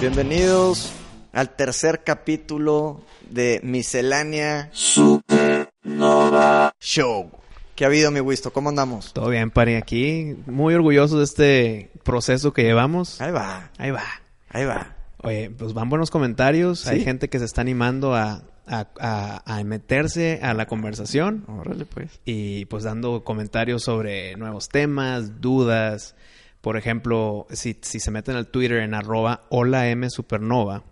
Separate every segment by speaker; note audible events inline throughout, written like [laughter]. Speaker 1: Bienvenidos al tercer capítulo de Miscelánea
Speaker 2: Supernova.
Speaker 1: Show. ¿Qué ha habido, mi Wisto? ¿Cómo andamos?
Speaker 3: Todo bien, Pari. Aquí muy orgullosos de este proceso que llevamos.
Speaker 1: Ahí va,
Speaker 3: Ahí va.
Speaker 1: ahí va.
Speaker 3: Oye, pues van buenos comentarios. Hay
Speaker 1: Sí.
Speaker 3: gente que se está animando a, a- a- a meterse a la conversación
Speaker 1: Órale, pues.
Speaker 3: y pues dando comentarios sobre nuevos temas, dudas. Por ejemplo, si, si se meten al Twitter en arroba hola M Supernova,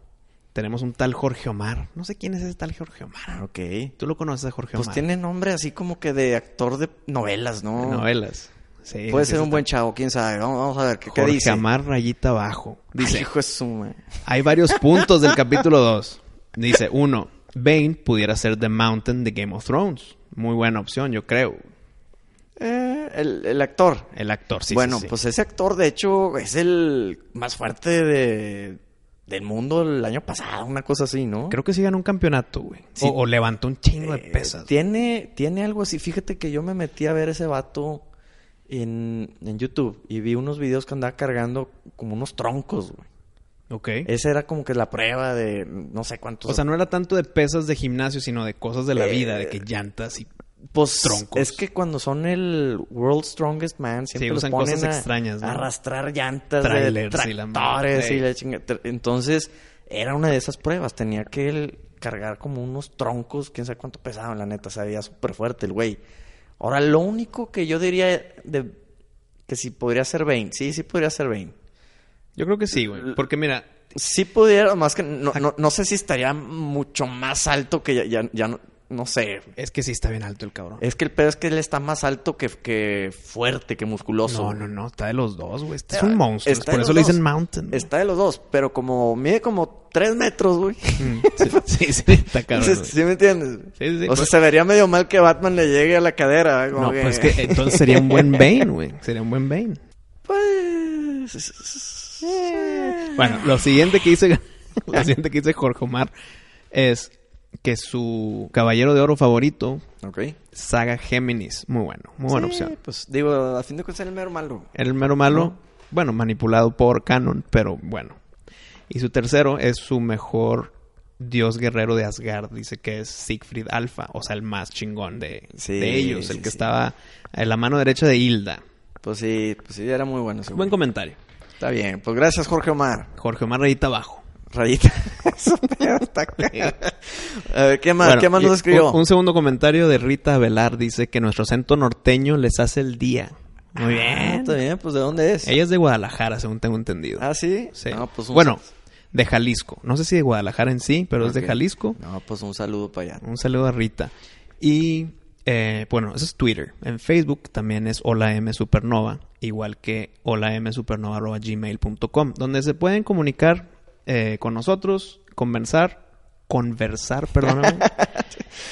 Speaker 3: tenemos un tal Jorge Omar. No sé quién es ese tal Jorge Omar.
Speaker 1: Ah, Ok.
Speaker 3: ¿Tú lo conoces a Jorge
Speaker 1: Pues
Speaker 3: Omar?
Speaker 1: tiene nombre así como que de actor de novelas, ¿no?
Speaker 3: novelas. Sí,
Speaker 1: Puede
Speaker 3: sí,
Speaker 1: ser
Speaker 3: sí
Speaker 1: un
Speaker 3: está-
Speaker 1: buen chavo, quién sabe. Vamos, vamos a ver qué, qué
Speaker 3: Jorge
Speaker 1: dice.
Speaker 3: Amar rayita abajo. Dice,
Speaker 1: Ay, hijo de su madre.
Speaker 3: hay varios puntos del capítulo 2. Dice, uno, Bane pudiera ser The Mountain de Game of Thrones. Muy buena opción, yo creo.
Speaker 1: Eh, el, el actor.
Speaker 3: El actor, sí. sí,
Speaker 1: Eh, bueno,
Speaker 3: sí.
Speaker 1: pues ese actor, de hecho, es el más fuerte de, del mundo el año pasado, una cosa así, ¿no?
Speaker 3: Creo que sí ganó un campeonato, güey.
Speaker 1: Sí.
Speaker 3: O, o levantó un chingo de
Speaker 1: Eh,
Speaker 3: pesas.
Speaker 1: Tiene, tiene algo así. Fíjate que yo me metí a ver ese vato en, en YouTube y vi unos videos que andaba cargando como unos troncos, güey.
Speaker 3: ok.
Speaker 1: Esa era como que la prueba de no sé cuántos.
Speaker 3: o sea, no era tanto de pesas de gimnasio, sino de cosas de la
Speaker 1: Eh,
Speaker 3: vida, de que llantas y...
Speaker 1: pues,
Speaker 3: troncos.
Speaker 1: Es que cuando son el World Strongest Man, siempre
Speaker 3: Sí,
Speaker 1: los
Speaker 3: usan
Speaker 1: ponen
Speaker 3: cosas
Speaker 1: a-
Speaker 3: extrañas, ¿no?
Speaker 1: a arrastrar llantas
Speaker 3: Trailers
Speaker 1: de
Speaker 3: y la
Speaker 1: tractores
Speaker 3: madre.
Speaker 1: y la chinga- tra- Entonces, era una de esas pruebas. Tenía que él cargar como unos troncos, quién sabe cuánto pesaban, la neta. Sabía súper fuerte el güey. Ahora, lo único que yo diría de que si podría ser Bane. Sí, sí podría ser Bane.
Speaker 3: Yo creo que sí,
Speaker 1: eh,
Speaker 3: güey. Porque mira,
Speaker 1: Sí pudiera, más que... No, no, no sé si estaría mucho más alto que ya... ya, ya no, no sé.
Speaker 3: es que sí está bien alto el cabrón.
Speaker 1: Es que el pedo es que él está más alto que, que fuerte, que musculoso.
Speaker 3: No, no, no. Está de los dos, güey. Este es
Speaker 1: Ah,
Speaker 3: un monstruo.
Speaker 1: está
Speaker 3: Por
Speaker 1: de
Speaker 3: eso
Speaker 1: los
Speaker 3: le dicen
Speaker 1: dos.
Speaker 3: Mountain. güey.
Speaker 1: Está de los dos, pero como mide como tres metros, güey.
Speaker 3: Mm, sí, [laughs] sí, sí, está cabrón.
Speaker 1: Entonces,
Speaker 3: güey.
Speaker 1: [laughs] ¿Sí me entiendes?
Speaker 3: Sí, sí, sí,
Speaker 1: o sea,
Speaker 3: pues-
Speaker 1: se vería medio mal que Batman le llegue a la cadera. ¿eh? Como
Speaker 3: No, pues que
Speaker 1: [laughs]
Speaker 3: entonces sería un buen Bane, güey. Sería un buen Bane.
Speaker 1: Pues... eh,
Speaker 3: Bueno, lo siguiente que hice, [laughs] lo siguiente que hice Jorge Omar es que su caballero de oro favorito,
Speaker 1: Ok.
Speaker 3: Saga Géminis, muy bueno, muy buena
Speaker 1: Sí,
Speaker 3: opción.
Speaker 1: Pues digo, a fin de cuentas, el mero malo.
Speaker 3: El mero malo, bueno, manipulado por Canon, pero bueno. Y su tercero es su mejor dios guerrero de Asgard, dice que es Siegfried Alpha, o sea, el más chingón de,
Speaker 1: Sí,
Speaker 3: de ellos, el
Speaker 1: sí,
Speaker 3: que
Speaker 1: sí.
Speaker 3: estaba en la mano derecha de Hilda.
Speaker 1: Pues sí, pues sí, era muy bueno. ese
Speaker 3: Buen
Speaker 1: güey.
Speaker 3: comentario.
Speaker 1: Está bien. Pues gracias, Jorge Omar.
Speaker 3: Jorge Omar Rayita abajo.
Speaker 1: Rayita. [laughs] Eso pedo está acá. A ver, ¿qué más?
Speaker 3: Bueno,
Speaker 1: ¿Qué más nos
Speaker 3: y
Speaker 1: escribió?
Speaker 3: Un, un segundo comentario de Rita Velar dice que nuestro acento norteño les hace el día. Muy
Speaker 1: Ah,
Speaker 3: bien.
Speaker 1: Está bien, pues ¿de dónde es?
Speaker 3: Ella es de Guadalajara, según tengo entendido.
Speaker 1: ¿Ah, sí?
Speaker 3: Sí.
Speaker 1: No, pues, un-
Speaker 3: bueno, de Jalisco. No sé si de Guadalajara en sí, pero es de
Speaker 1: Ok.
Speaker 3: Jalisco.
Speaker 1: No, pues un saludo para allá.
Speaker 3: Un saludo a Rita. Y eh, bueno, eso es Twitter. En Facebook también es Hola M Supernova, igual que holamsupernova.gmail.com, donde se pueden comunicar eh, con nosotros, conversar, conversar,
Speaker 1: [laughs]
Speaker 3: perdóname.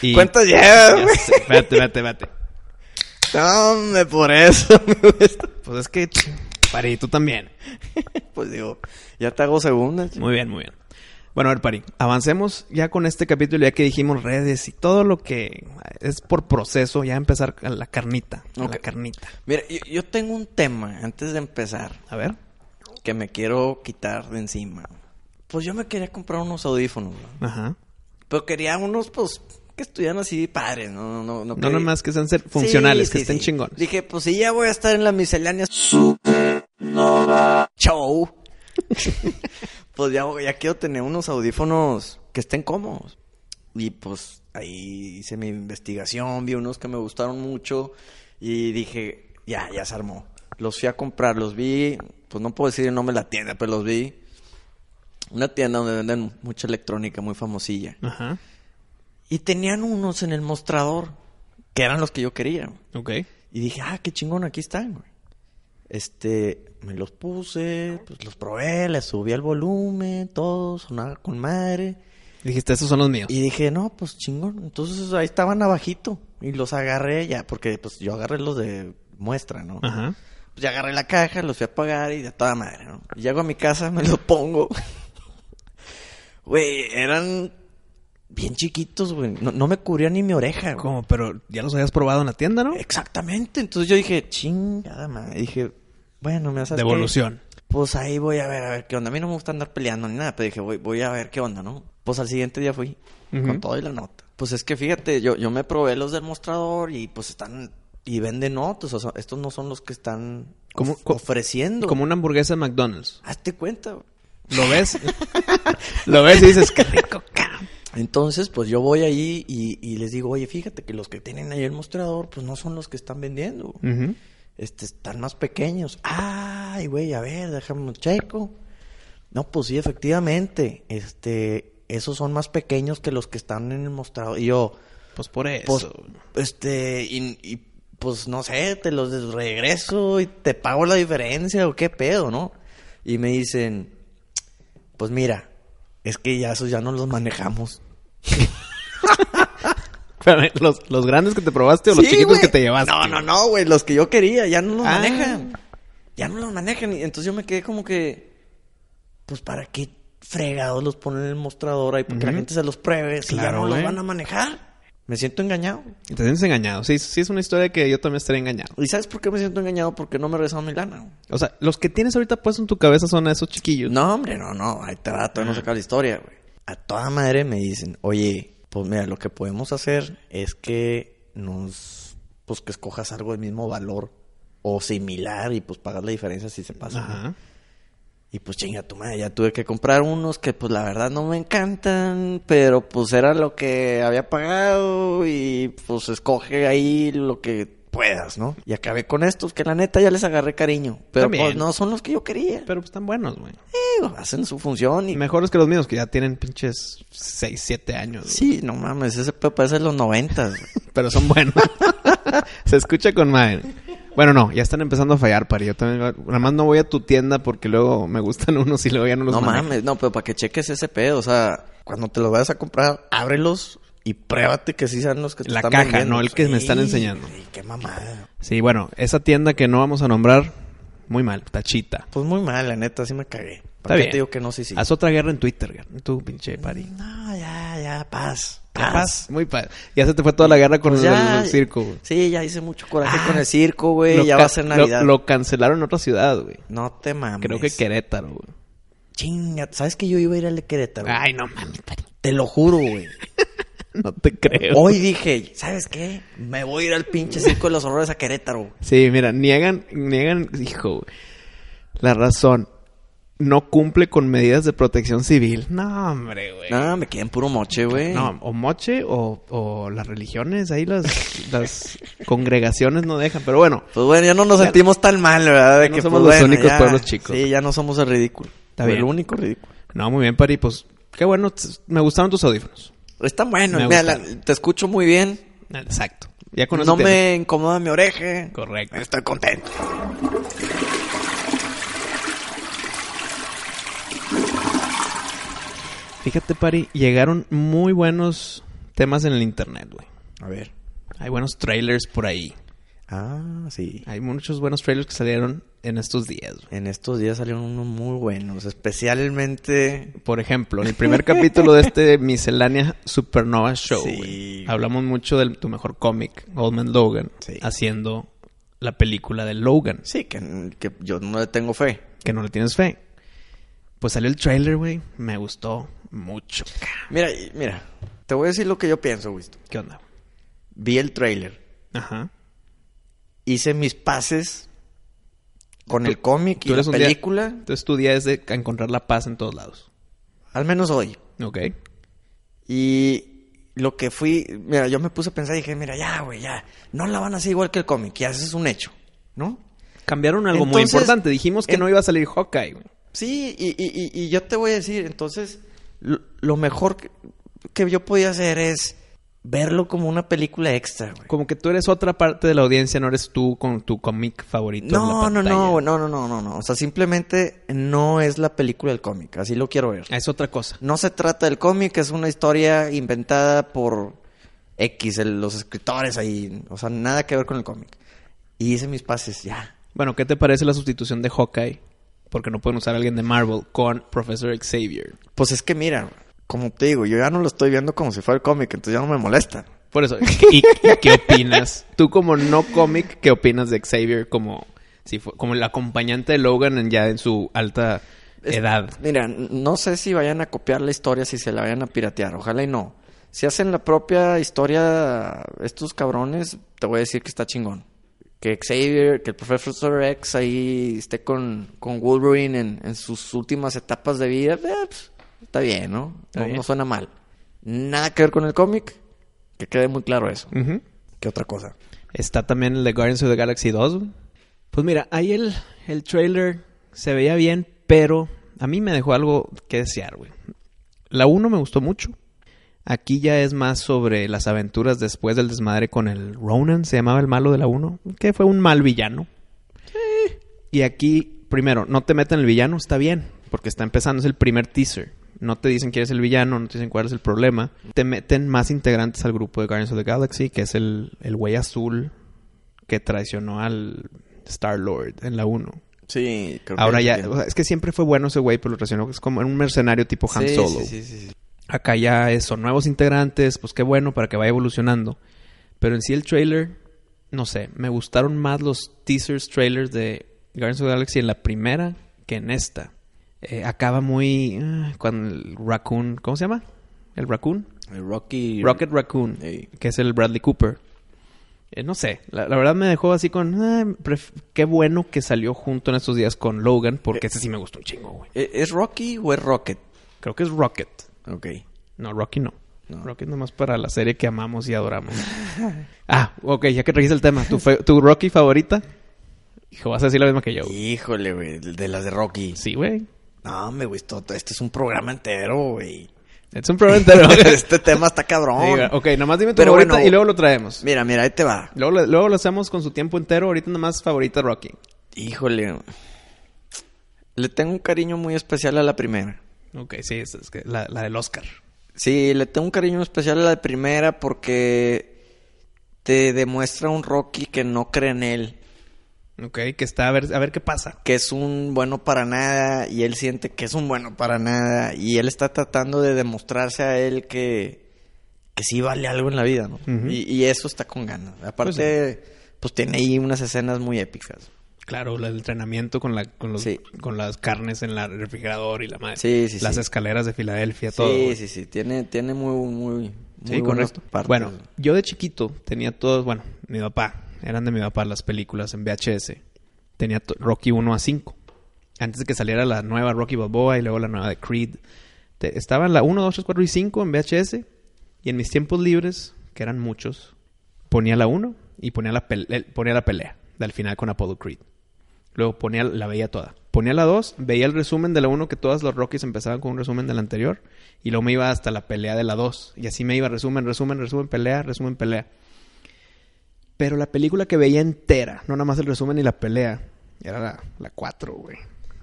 Speaker 3: Y-
Speaker 1: ¿Cuánto llevas,
Speaker 3: Ya
Speaker 1: güey?
Speaker 3: sé, Espérate, espérate, espérate.
Speaker 1: No, hombre, por eso. [laughs]
Speaker 3: Pues es que, Pari, tú también.
Speaker 1: pues digo, ya te hago segunda. ch-
Speaker 3: Muy bien, muy bien. Bueno, a ver, Pari, avancemos ya con este capítulo, ya que dijimos redes y todo lo que es por proceso, ya empezar a la carnita. a
Speaker 1: Ok.
Speaker 3: la carnita.
Speaker 1: Mira, yo, yo tengo un tema antes de empezar
Speaker 3: A ver.
Speaker 1: que me quiero quitar de encima. Pues yo me quería comprar unos audífonos, ¿no?
Speaker 3: Ajá.
Speaker 1: pero quería unos, pues, que estuvieran así padres, no, no, no. No,
Speaker 3: No
Speaker 1: quería-
Speaker 3: nomás que sean ser funcionales,
Speaker 1: Sí,
Speaker 3: que
Speaker 1: sí,
Speaker 3: estén
Speaker 1: sí.
Speaker 3: chingones.
Speaker 1: Dije, pues si ya voy a estar en la miscelánea
Speaker 2: Supernova.
Speaker 1: show. [laughs] pues ya, ya quiero tener unos audífonos que estén cómodos. Y pues ahí hice mi investigación, vi unos que me gustaron mucho y dije, ya, ya se armó. Los fui a comprar, los vi, pues no puedo decir el nombre de la tienda, pero los vi. Una tienda donde venden mucha electrónica, muy famosilla.
Speaker 3: Ajá.
Speaker 1: Y tenían unos en el mostrador, que eran los que yo quería.
Speaker 3: Ok.
Speaker 1: Y dije, ah, qué chingón, aquí están, güey. Este, me los puse, pues los probé, les subí al volumen, todo, sonaba con madre.
Speaker 3: Dijiste, esos son los míos.
Speaker 1: Y dije, no, pues chingón. Entonces ahí estaban abajito y los agarré ya, porque pues yo agarré los de muestra, ¿no?
Speaker 3: Ajá.
Speaker 1: Pues ya agarré la caja, los fui a pagar y de toda madre, ¿no? Y llego a mi casa, me los pongo. [laughs] Güey, eran bien chiquitos, güey. No, no me cubría ni mi oreja, güey.
Speaker 3: Como, pero ya los habías probado en la tienda, ¿no?
Speaker 1: Exactamente. Entonces yo dije, chingada madre. Dije, bueno, me haces.
Speaker 3: Devolución.
Speaker 1: Pues ahí voy a ver, a ver qué onda. A mí no me gusta andar peleando ni nada, pero dije, voy, voy a ver qué onda, ¿no? Pues al siguiente día fui
Speaker 3: Ujú.
Speaker 1: con todo y la nota. Pues es que fíjate, yo, yo me probé los del mostrador y pues están y venden otros. O sea, estos no son los que están
Speaker 3: Como-
Speaker 1: of- ofreciendo.
Speaker 3: Como una hamburguesa de McDonald's.
Speaker 1: Hazte cuenta. güey.
Speaker 3: ¿Lo [laughs] ves? Lo ves y dices, qué [laughs] rico, cabrón.
Speaker 1: Entonces, pues yo voy ahí y, y les digo, oye, fíjate que los que tienen ahí el mostrador, pues no son los que están vendiendo. güey.
Speaker 3: Ujú.
Speaker 1: este, están más pequeños. Ay, güey, a ver, déjame un checo. No, pues sí, efectivamente, este, esos son más pequeños que los que están en el mostrador. Y yo,
Speaker 3: Pues por eso.
Speaker 1: pues, este, y, y, pues no sé, te los regreso y te pago la diferencia o qué pedo, ¿no? Y me dicen, pues mira, es que ya esos ya no los manejamos.
Speaker 3: Espérame, ¿eh? ¿los, ¿Los grandes que te probaste o los
Speaker 1: Sí,
Speaker 3: chiquitos
Speaker 1: güey.
Speaker 3: que te llevaste?
Speaker 1: No, no, no, güey. Los que yo quería, ya no los
Speaker 3: Ah.
Speaker 1: manejan. Ya no los manejan. Y entonces yo me quedé como que. Pues para qué fregados los ponen en el mostrador ahí, porque la
Speaker 3: Ujú.
Speaker 1: gente se los pruebe. Si ya
Speaker 3: Claro,
Speaker 1: no los
Speaker 3: güey.
Speaker 1: van a manejar. Me siento engañado.
Speaker 3: Te sientes engañado. Sí, sí es una historia que yo también estaría engañado.
Speaker 1: ¿Y sabes por qué me siento engañado? Porque no me regresaron mi lana. güey.
Speaker 3: O sea, los que tienes ahorita puestos en tu cabeza son a esos chiquillos.
Speaker 1: No, hombre, no, no. Ahí te va, todavía no saca la historia, güey. A toda madre me dicen, oye, pues mira, lo que podemos hacer es que nos. Pues que escojas algo del mismo valor o similar y pues pagas la diferencia si se pasa. ¿no?
Speaker 3: Ajá.
Speaker 1: Y pues chinga tu madre, ya tuve que comprar unos que pues la verdad no me encantan, pero pues era lo que había pagado y pues escoge ahí lo que puedas, ¿no? Y acabé con estos que la neta ya les agarré cariño, pero
Speaker 3: También.
Speaker 1: pues no son los que yo quería.
Speaker 3: Pero pues están buenos, güey.
Speaker 1: Digo, hacen su función y...
Speaker 3: Mejores que los míos, que ya tienen pinches 6, 7 años. güey.
Speaker 1: Sí, no mames, ese pedo parece de los noventas.
Speaker 3: Pero son buenos. [laughs] Se escucha con madre. Bueno, no, ya están empezando a fallar, pari. Yo también. Nada más no voy a tu tienda porque luego me gustan [laughs] unos y luego ya no [laughs] los
Speaker 1: no
Speaker 3: manejo.
Speaker 1: mames, no, pero para que cheques ese pedo, o sea, cuando te los vayas a comprar, ábrelos y pruébate que sí sean los que te
Speaker 3: La
Speaker 1: están
Speaker 3: caja,
Speaker 1: vendiendo.
Speaker 3: no el que me están
Speaker 1: Sí,
Speaker 3: enseñando.
Speaker 1: sí, qué mamada.
Speaker 3: Sí, bueno, esa tienda que no vamos a nombrar, muy mal, tachita.
Speaker 1: Pues muy mal, la neta, sí me cagué.
Speaker 3: Está
Speaker 1: ¿Para qué
Speaker 3: bien.
Speaker 1: te digo que no? Sí, sí.
Speaker 3: Haz otra guerra en Twitter, güey. tú pinche pari.
Speaker 1: No, ya, ya, paz. Paz.
Speaker 3: Paz, muy paz. Ya se te fue toda la guerra con
Speaker 1: Pues
Speaker 3: el,
Speaker 1: ya-
Speaker 3: el circo, güey.
Speaker 1: Sí, ya hice mucho coraje
Speaker 3: Ah,
Speaker 1: con el circo,
Speaker 3: Lo
Speaker 1: güey. Ya
Speaker 3: ca-
Speaker 1: va a ser
Speaker 3: lo-
Speaker 1: Navidad.
Speaker 3: Lo, cancelaron en otra ciudad, güey.
Speaker 1: No te mames.
Speaker 3: Creo que Querétaro, güey.
Speaker 1: Chinga, ¿sabes que yo iba a ir al de Querétaro?
Speaker 3: Ay, no mames, pari. [laughs]
Speaker 1: Te lo juro, güey.
Speaker 3: No te creo.
Speaker 1: Hoy dije, ¿sabes qué? Me voy a ir al pinche circo de los horrores a Querétaro.
Speaker 3: Sí, mira, niegan, niegan, hijo, güey. la razón. No cumple con medidas de protección civil. No, hombre, güey.
Speaker 1: No, me quedé en puro moche, güey.
Speaker 3: No, o moche o, o las religiones, ahí las,
Speaker 1: [laughs]
Speaker 3: las congregaciones no dejan. Pero bueno,
Speaker 1: Pues bueno, ya no nos sentimos tan mal, ¿verdad? De
Speaker 3: no
Speaker 1: que,
Speaker 3: somos
Speaker 1: pues,
Speaker 3: los
Speaker 1: bueno,
Speaker 3: únicos
Speaker 1: ya.
Speaker 3: pueblos chicos.
Speaker 1: Sí, ya no somos el ridículo.
Speaker 3: Está
Speaker 1: O
Speaker 3: bien.
Speaker 1: El único ridículo.
Speaker 3: no, muy bien, Pari, pues qué bueno, t- me gustaron tus audífonos.
Speaker 1: Están buenos.
Speaker 3: Me
Speaker 1: Mira, la-
Speaker 3: gustaron.
Speaker 1: te escucho muy bien.
Speaker 3: Exacto. Ya con eso
Speaker 1: no
Speaker 3: te-
Speaker 1: me incomoda mi oreja.
Speaker 3: Correcto.
Speaker 1: Estoy contento.
Speaker 3: Fíjate, Pari, llegaron muy buenos temas en el internet, güey.
Speaker 1: A ver.
Speaker 3: Hay buenos trailers por ahí.
Speaker 1: Ah, sí.
Speaker 3: Hay muchos buenos trailers que salieron en estos días, güey.
Speaker 1: En estos días salieron unos muy buenos, especialmente...
Speaker 3: Por ejemplo, en
Speaker 1: [laughs]
Speaker 3: el primer capítulo de este miscelánea Supernova Show,
Speaker 1: Sí,
Speaker 3: güey,
Speaker 1: güey.
Speaker 3: hablamos mucho de tu mejor cómic, Oldman Logan,
Speaker 1: Sí.
Speaker 3: haciendo la película de Logan,
Speaker 1: Sí, que, que yo no le tengo fe.
Speaker 3: que no le tienes fe. Pues salió el trailer, güey, me gustó mucho.
Speaker 1: Mira, y- mira, te voy a decir lo que yo pienso, Wisto.
Speaker 3: ¿Qué onda?
Speaker 1: Vi el tráiler,
Speaker 3: Ajá.
Speaker 1: hice mis pases con el cómic y
Speaker 3: Tú
Speaker 1: la
Speaker 3: eres un día-
Speaker 1: película,
Speaker 3: Entonces tu día es de encontrar la paz en todos lados.
Speaker 1: al menos hoy.
Speaker 3: ¿Ok?
Speaker 1: Y lo que fui, mira, yo me puse a pensar y dije, mira, ya, güey, ya, no la van a hacer igual que el cómic, ya ese es un hecho, ¿no?
Speaker 3: Cambiaron algo muy
Speaker 1: Entonces,
Speaker 3: importante. Dijimos que
Speaker 1: en-
Speaker 3: no iba a salir Hawkeye, güey.
Speaker 1: Sí, y, y- y- y yo te voy a decir, entonces, lo, lo mejor que, que yo podía hacer es verlo como una película extra, güey.
Speaker 3: Como que tú eres otra parte de la audiencia, no eres tú con tu cómic favorito. en la
Speaker 1: No, no,
Speaker 3: pantalla.
Speaker 1: no, no, no, no, no, no. O sea, simplemente no es la película del cómic, así lo quiero ver.
Speaker 3: Ah, Es otra cosa.
Speaker 1: No se trata del cómic, es una historia inventada por X, el- los escritores ahí, o sea, nada que ver con el cómic. Y hice mis pases, ya.
Speaker 3: Bueno, ¿qué te parece la sustitución de Hawkeye? Porque no pueden usar a alguien de Marvel con Professor Xavier.
Speaker 1: Pues es que mira, como te digo, yo ya no lo estoy viendo como si fuera el cómic, entonces ya no me molesta.
Speaker 3: Por eso, ¿y qué opinas? Tú como no cómic, ¿qué opinas de Xavier como si fue, como el acompañante de Logan en- ya en su alta
Speaker 1: Es-
Speaker 3: edad?
Speaker 1: Mira, no sé si vayan a copiar la historia, si se la vayan a piratear, ojalá y no. Si hacen la propia historia estos cabrones, te voy a decir que está chingón. Que Xavier, que el Profesor X ahí esté con, con Wolverine en, en sus últimas etapas de vida, eh, pues, está bien, ¿no?
Speaker 3: Está
Speaker 1: no,
Speaker 3: bien.
Speaker 1: no suena mal. Nada que ver con el cómic, que quede muy claro eso.
Speaker 3: Ujú.
Speaker 1: ¿Qué otra cosa?
Speaker 3: Está también el de Guardians of the Galaxy 2. güey. Pues mira, ahí el, el trailer se veía bien, pero a mí me dejó algo que desear, güey. La 1 me gustó mucho. Aquí ya es más sobre las aventuras después del desmadre con el Ronan, se llamaba el malo de la 1, que fue un mal villano. Y aquí, primero, no te meten el villano, está bien, porque está empezando, es el primer teaser. No te dicen quién es el villano, no te dicen cuál es el problema. Te meten más integrantes al grupo de Guardians of the Galaxy, que es el, el güey azul que traicionó al Star Lord en la 1.
Speaker 1: Sí, creo
Speaker 3: Ahora ya, o sea, es que siempre fue bueno ese güey, pero lo traicionó. Es como un mercenario tipo Han Solo. Acá ya es- son nuevos integrantes, pues qué bueno para que vaya evolucionando. Pero en sí el trailer, no sé, me gustaron más los teasers, trailers de Guardians of the Galaxy en la primera que en esta. Eh, acaba muy... ah, con el Raccoon, ¿cómo se llama? El Raccoon.
Speaker 1: Eh, Rocky.
Speaker 3: Rocket Raccoon,
Speaker 1: Ey.
Speaker 3: que es el Bradley Cooper. Eh, no sé, la, la verdad me dejó así con... "Ah, pref- qué bueno que salió junto en estos días con Logan, porque ese sí me gustó un chingo, güey.
Speaker 1: ¿E- ¿Es Rocky o es Rocket?
Speaker 3: Creo que es Rocket.
Speaker 1: Ok.
Speaker 3: No, Rocky no.
Speaker 1: No.
Speaker 3: Rocky nomás para la serie que amamos
Speaker 1: [laughs]
Speaker 3: y adoramos. ah, ok, ya que trajiste el tema, ¿tu, fe- tu Rocky favorita? Hijo, vas a decir la misma que yo. güey.
Speaker 1: Híjole, güey, de las de Rocky.
Speaker 3: Sí, güey.
Speaker 1: No, me gustó. Este es un programa entero, güey.
Speaker 3: Es un
Speaker 1: [laughs]
Speaker 3: problema entero.
Speaker 1: este tema está cabrón.
Speaker 3: Diga, ok, nomás dime tu
Speaker 1: Pero
Speaker 3: favorita
Speaker 1: bueno.
Speaker 3: y luego lo traemos.
Speaker 1: Mira, mira, ahí te va.
Speaker 3: Luego, lo- luego lo hacemos con su tiempo entero. Ahorita nomás favorita Rocky.
Speaker 1: Híjole. Le tengo un cariño muy especial a la primera.
Speaker 3: Ok, sí, es, es que la, la del Oscar.
Speaker 1: Sí, le tengo un cariño especial a la primera porque te demuestra un Rocky que no cree en él,
Speaker 3: Ok, que está a ver, a ver qué pasa.
Speaker 1: que es un bueno para nada y él siente que es un bueno para nada y él está tratando de demostrarse a él que, que sí vale algo en la vida, ¿no?
Speaker 3: Ujú.
Speaker 1: y, y eso está con ganas. Aparte, pues, tiene ahí unas escenas muy épicas.
Speaker 3: Claro, el entrenamiento con, la, con, los,
Speaker 1: Sí.
Speaker 3: con las carnes en la- el refrigerador y la madre.
Speaker 1: Sí, sí,
Speaker 3: Las
Speaker 1: sí.
Speaker 3: escaleras de Filadelfia, todo.
Speaker 1: sí,
Speaker 3: güey.
Speaker 1: sí, sí, tiene, tiene muy, muy, muy
Speaker 3: Sí,
Speaker 1: buenas
Speaker 3: correcto.
Speaker 1: partes.
Speaker 3: Bueno, yo de chiquito tenía todos, bueno, mi papá, eran de mi papá las películas en VHS. Tenía to- Rocky 1 a 5. Antes de que saliera la nueva Rocky Balboa y luego la nueva de Creed. Te- estaban la 1, 2, 3, 4 y 5 en VHS. Y en mis tiempos libres, que eran muchos, ponía la 1 y ponía la, pel- el- ponía la pelea del final con Apollo Creed. Luego ponía, la veía toda. Ponía la 2, veía el resumen de la 1, que todas los Rockies empezaban con un resumen de la anterior. Y luego me iba hasta la pelea de la 2. Y así me iba resumen, resumen, resumen, pelea, resumen, pelea. Pero la película que veía entera, no nada más el resumen y la pelea, era la 4, güey.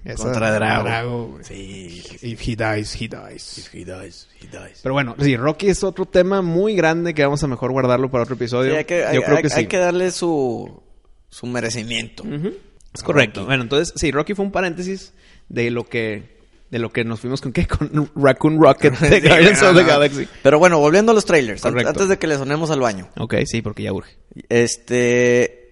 Speaker 3: Esa-
Speaker 1: Contra Drago.
Speaker 3: güey.
Speaker 1: Sí, sí,
Speaker 3: If he dies, he dies.
Speaker 1: He dies, he dies.
Speaker 3: Pero bueno, sí, Rocky es otro tema muy grande que vamos a mejor guardarlo para otro episodio.
Speaker 1: Sí, hay que, hay-
Speaker 3: Yo creo
Speaker 1: hay-
Speaker 3: que sí.
Speaker 1: hay que darle su, su merecimiento.
Speaker 3: Es correcto. Bueno, entonces, sí, Rocky fue un paréntesis de lo que de lo que nos fuimos con qué [laughs] con Raccoon Rocket
Speaker 1: [laughs]
Speaker 3: de
Speaker 1: Sí,
Speaker 3: Guardians
Speaker 1: no,
Speaker 3: of the
Speaker 1: no.
Speaker 3: Galaxy.
Speaker 1: Pero bueno, volviendo a los trailers, an-
Speaker 3: Correcto.
Speaker 1: antes de que le sonemos al baño.
Speaker 3: Ok, sí, porque ya urge.
Speaker 1: Este.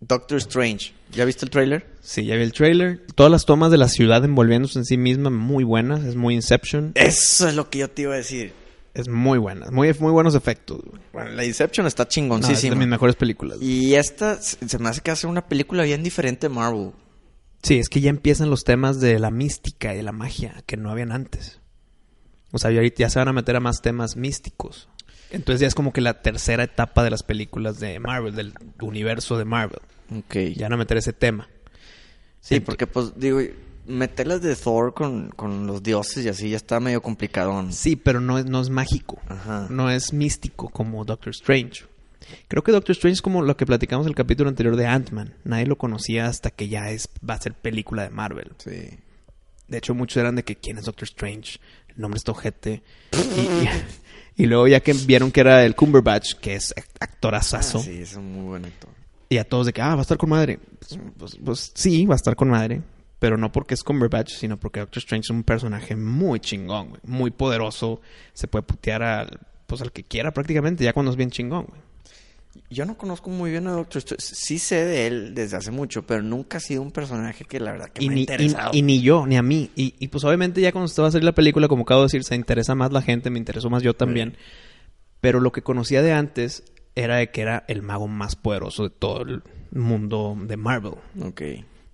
Speaker 1: Doctor Strange. ¿Ya viste el trailer?
Speaker 3: Sí, ya vi el trailer. Todas las tomas de la ciudad envolviéndose en sí misma muy buenas, es muy Inception,
Speaker 1: Eso es lo que yo te iba a decir.
Speaker 3: es muy buena, muy muy buenos efectos. güey.
Speaker 1: Bueno, la Inception está
Speaker 3: No, es de
Speaker 1: chingoncísima.
Speaker 3: mis mejores películas. güey.
Speaker 1: y esta se se me hace que hace una película bien diferente de Marvel.
Speaker 3: Sí, es que ya empiezan los temas de la mística y de la magia que no habían antes. O sea, y ahorita ya se van a meter a más temas místicos. Entonces ya es como que la tercera etapa de las películas de Marvel, del universo de Marvel.
Speaker 1: Ok.
Speaker 3: Ya van a meter ese tema.
Speaker 1: Sí,
Speaker 3: Ent-
Speaker 1: porque pues digo, meterlas de Thor con, con los dioses y así ya está medio complicadón.
Speaker 3: Sí, pero no es, no es mágico.
Speaker 1: Ajá.
Speaker 3: No es místico como Doctor Strange. Creo que Doctor Strange es como lo que platicamos en el capítulo anterior de Ant-Man. Nadie lo conocía hasta que ya es, va a ser película de Marvel.
Speaker 1: Sí.
Speaker 3: De hecho, muchos eran de que quién es Doctor Strange, el nombre es tojete. y, [laughs] y- y luego ya que vieron que era el Cumberbatch, que es act- actorazazo,
Speaker 1: Ah, sí, es un muy buen actor.
Speaker 3: y a todos de que, ah, va a estar con madre. Pues, pues- pues sí, va a estar con madre. Pero no porque es Cumberbatch, sino porque Doctor Strange es un personaje muy chingón, güey. Muy poderoso. Se puede putear al, pues, al que quiera prácticamente, ya cuando es bien chingón, güey.
Speaker 1: Yo no conozco muy bien a Doctor Strange. Sí sé de él desde hace mucho, pero nunca ha sido un personaje que la verdad que
Speaker 3: y,
Speaker 1: me
Speaker 3: ni,
Speaker 1: ha
Speaker 3: y-
Speaker 1: interesado.
Speaker 3: y ni yo, ni a mí. Y, y, pues obviamente ya cuando se va a salir la película, como acabo de decir, se interesa más la gente, me interesó más yo también. Pero lo que conocía de antes era de que era el mago más poderoso de todo el mundo de Marvel.
Speaker 1: Ok.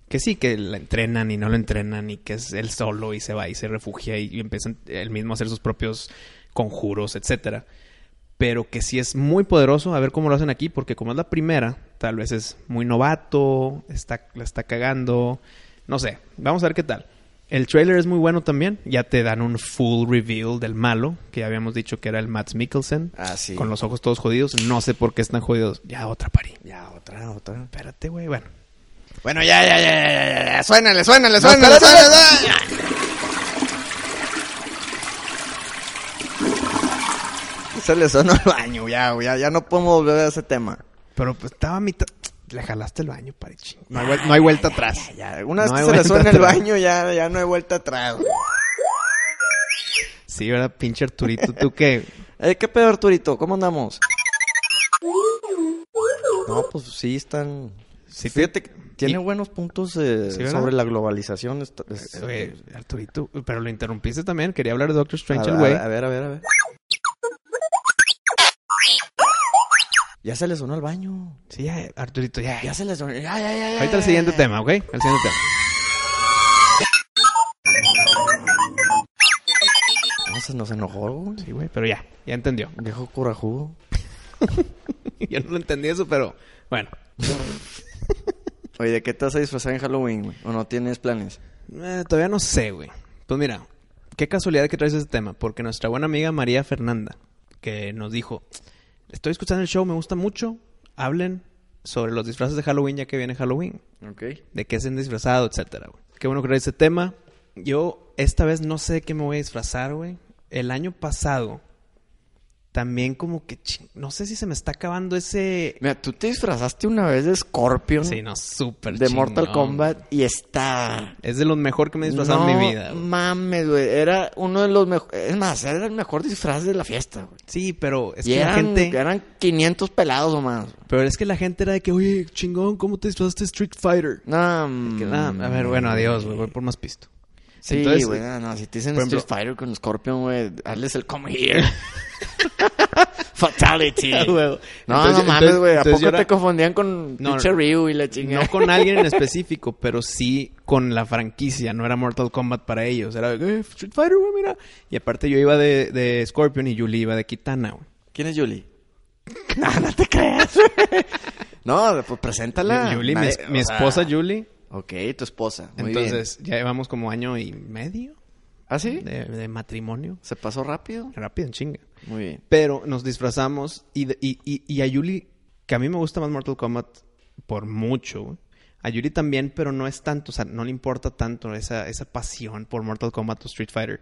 Speaker 3: Que sí, que la entrenan y no lo entrenan y que es él solo y se va y se refugia y, y empieza él mismo a hacer sus propios conjuros, etcétera. Pero que sí es muy poderoso, a ver cómo lo hacen aquí, porque como es la primera, tal vez es muy novato, está, la está cagando, no sé, vamos a ver qué tal. El trailer es muy bueno también, ya te dan un full reveal del malo, que ya habíamos dicho que era el Matt Mikkelsen,
Speaker 1: Ah, sí.
Speaker 3: con los ojos todos jodidos, no sé por qué están jodidos, ya otra pari.
Speaker 1: Ya, otra, otra.
Speaker 3: Espérate, güey, bueno.
Speaker 1: Bueno, ya, ya, ya, ya, ya, ya, ya. Suénale, suénale,
Speaker 3: No,
Speaker 1: suénale,
Speaker 3: espérate,
Speaker 1: suénale,
Speaker 3: espérate.
Speaker 1: suénale. Se le sonó el baño, ya, güey, ya, ya no podemos volver a ese tema.
Speaker 3: Pero pues, estaba a mitad. Le jalaste el baño, pari ching. No hay, vuel- no hay vuelta atrás.
Speaker 1: Ya, una vez
Speaker 3: No
Speaker 1: que
Speaker 3: hay
Speaker 1: se le
Speaker 3: vuelta
Speaker 1: suena el
Speaker 3: atrás.
Speaker 1: baño, ya, ya no hay vuelta atrás. güey.
Speaker 3: Sí, ¿verdad? Pinche Arturito, tú [laughs] qué.
Speaker 1: Eh, ¿Qué pedo, Arturito? ¿Cómo andamos? No, pues sí, están...
Speaker 3: Sí,
Speaker 1: Fíjate, que tiene
Speaker 3: [laughs] y-
Speaker 1: buenos puntos eh,
Speaker 3: Sí, ¿verdad?
Speaker 1: sobre la globalización. esta- es-
Speaker 3: Oye, eh, Arturito, pero lo interrumpiste también. Quería hablar de Doctor
Speaker 1: a,
Speaker 3: Strange,
Speaker 1: a-
Speaker 3: el güey.
Speaker 1: a ver, a ver, a ver. Ya se le sonó el baño.
Speaker 3: Sí, ya, Arturito, ya.
Speaker 1: Ya se le sonó... Ya, ya, ya, ya,
Speaker 3: Ahorita
Speaker 1: ya,
Speaker 3: el siguiente
Speaker 1: ya.
Speaker 3: tema, ¿ok? El siguiente tema.
Speaker 1: No, se nos enojó, güey.
Speaker 3: Sí, güey, pero ya. Ya entendió.
Speaker 1: Viejo corajudo.
Speaker 3: [laughs] Yo no lo entendí eso, pero bueno.
Speaker 1: Oye, ¿de qué te vas a disfrazar en Halloween, güey? ¿O no tienes planes?
Speaker 3: Eh, todavía no sé, güey. Pues mira, qué casualidad que traes ese tema, porque nuestra buena amiga María Fernanda, que nos dijo, estoy escuchando el show, me gusta mucho, hablen sobre los disfraces de Halloween ya que viene Halloween,
Speaker 1: Ok.
Speaker 3: de qué se han disfrazado, etcétera, güey. Qué bueno que traes ese tema. Yo esta vez no sé de qué me voy a disfrazar, güey. El año pasado también como que ching- no sé si se me está acabando ese
Speaker 1: Mira, tú te disfrazaste una vez de Scorpion.
Speaker 3: Sí, no, súper
Speaker 1: de Mortal
Speaker 3: chingón.
Speaker 1: Kombat y está.
Speaker 3: Es de los mejor que me he disfrazado en mi vida. güey.
Speaker 1: Mames, güey. Era uno de los mejores. Es más, era el mejor disfraz de la fiesta, güey.
Speaker 3: Sí, pero es
Speaker 1: y
Speaker 3: que la
Speaker 1: eran,
Speaker 3: gente
Speaker 1: eran 500 pelados o más.
Speaker 3: Pero es que la gente era de que, oye, chingón, ¿cómo te disfrazaste de Street Fighter?
Speaker 1: No, mm,
Speaker 3: Que nada, a ver, bueno, adiós, güey, voy por más pisto.
Speaker 1: Sí,
Speaker 3: Entonces,
Speaker 1: güey, no, no, si te dicen
Speaker 3: por ejemplo-
Speaker 1: Street Fighter con Scorpion, güey, hazles el come
Speaker 3: [laughs]
Speaker 1: here. Fatality.
Speaker 3: Ah,
Speaker 1: no,
Speaker 3: güey.
Speaker 1: no
Speaker 3: Entonces-
Speaker 1: mames, güey, ¿a
Speaker 3: entonces
Speaker 1: poco
Speaker 3: yo era-
Speaker 1: te confundían con
Speaker 3: No,
Speaker 1: pinche Ryu y la chingada?
Speaker 3: No con alguien en específico, pero sí con la franquicia, no era Mortal Kombat para ellos, era de, eh, Street Fighter, güey, mira. Y aparte yo iba de, de Scorpion y Julie iba de Kitana, güey.
Speaker 1: ¿Quién es Julie? [laughs] no, no te creas. no, pues preséntala.
Speaker 3: Yuli, mi,
Speaker 1: Nadie-
Speaker 3: es- mi
Speaker 1: o sea,
Speaker 3: esposa Julie.
Speaker 1: Ok, tu esposa. Muy
Speaker 3: Entonces, ya llevamos como año y medio
Speaker 1: bien. ¿Ah, sí?
Speaker 3: de, de matrimonio.
Speaker 1: ¿Se pasó rápido?
Speaker 3: Rápido, en chinga.
Speaker 1: Muy bien.
Speaker 3: Pero nos disfrazamos y, de- y, y, y a Yuli, que a mí me gusta más Mortal Kombat por mucho, güey. a Yuli también, pero no es tanto, o sea, no le importa tanto esa, esa pasión por Mortal Kombat o Street Fighter.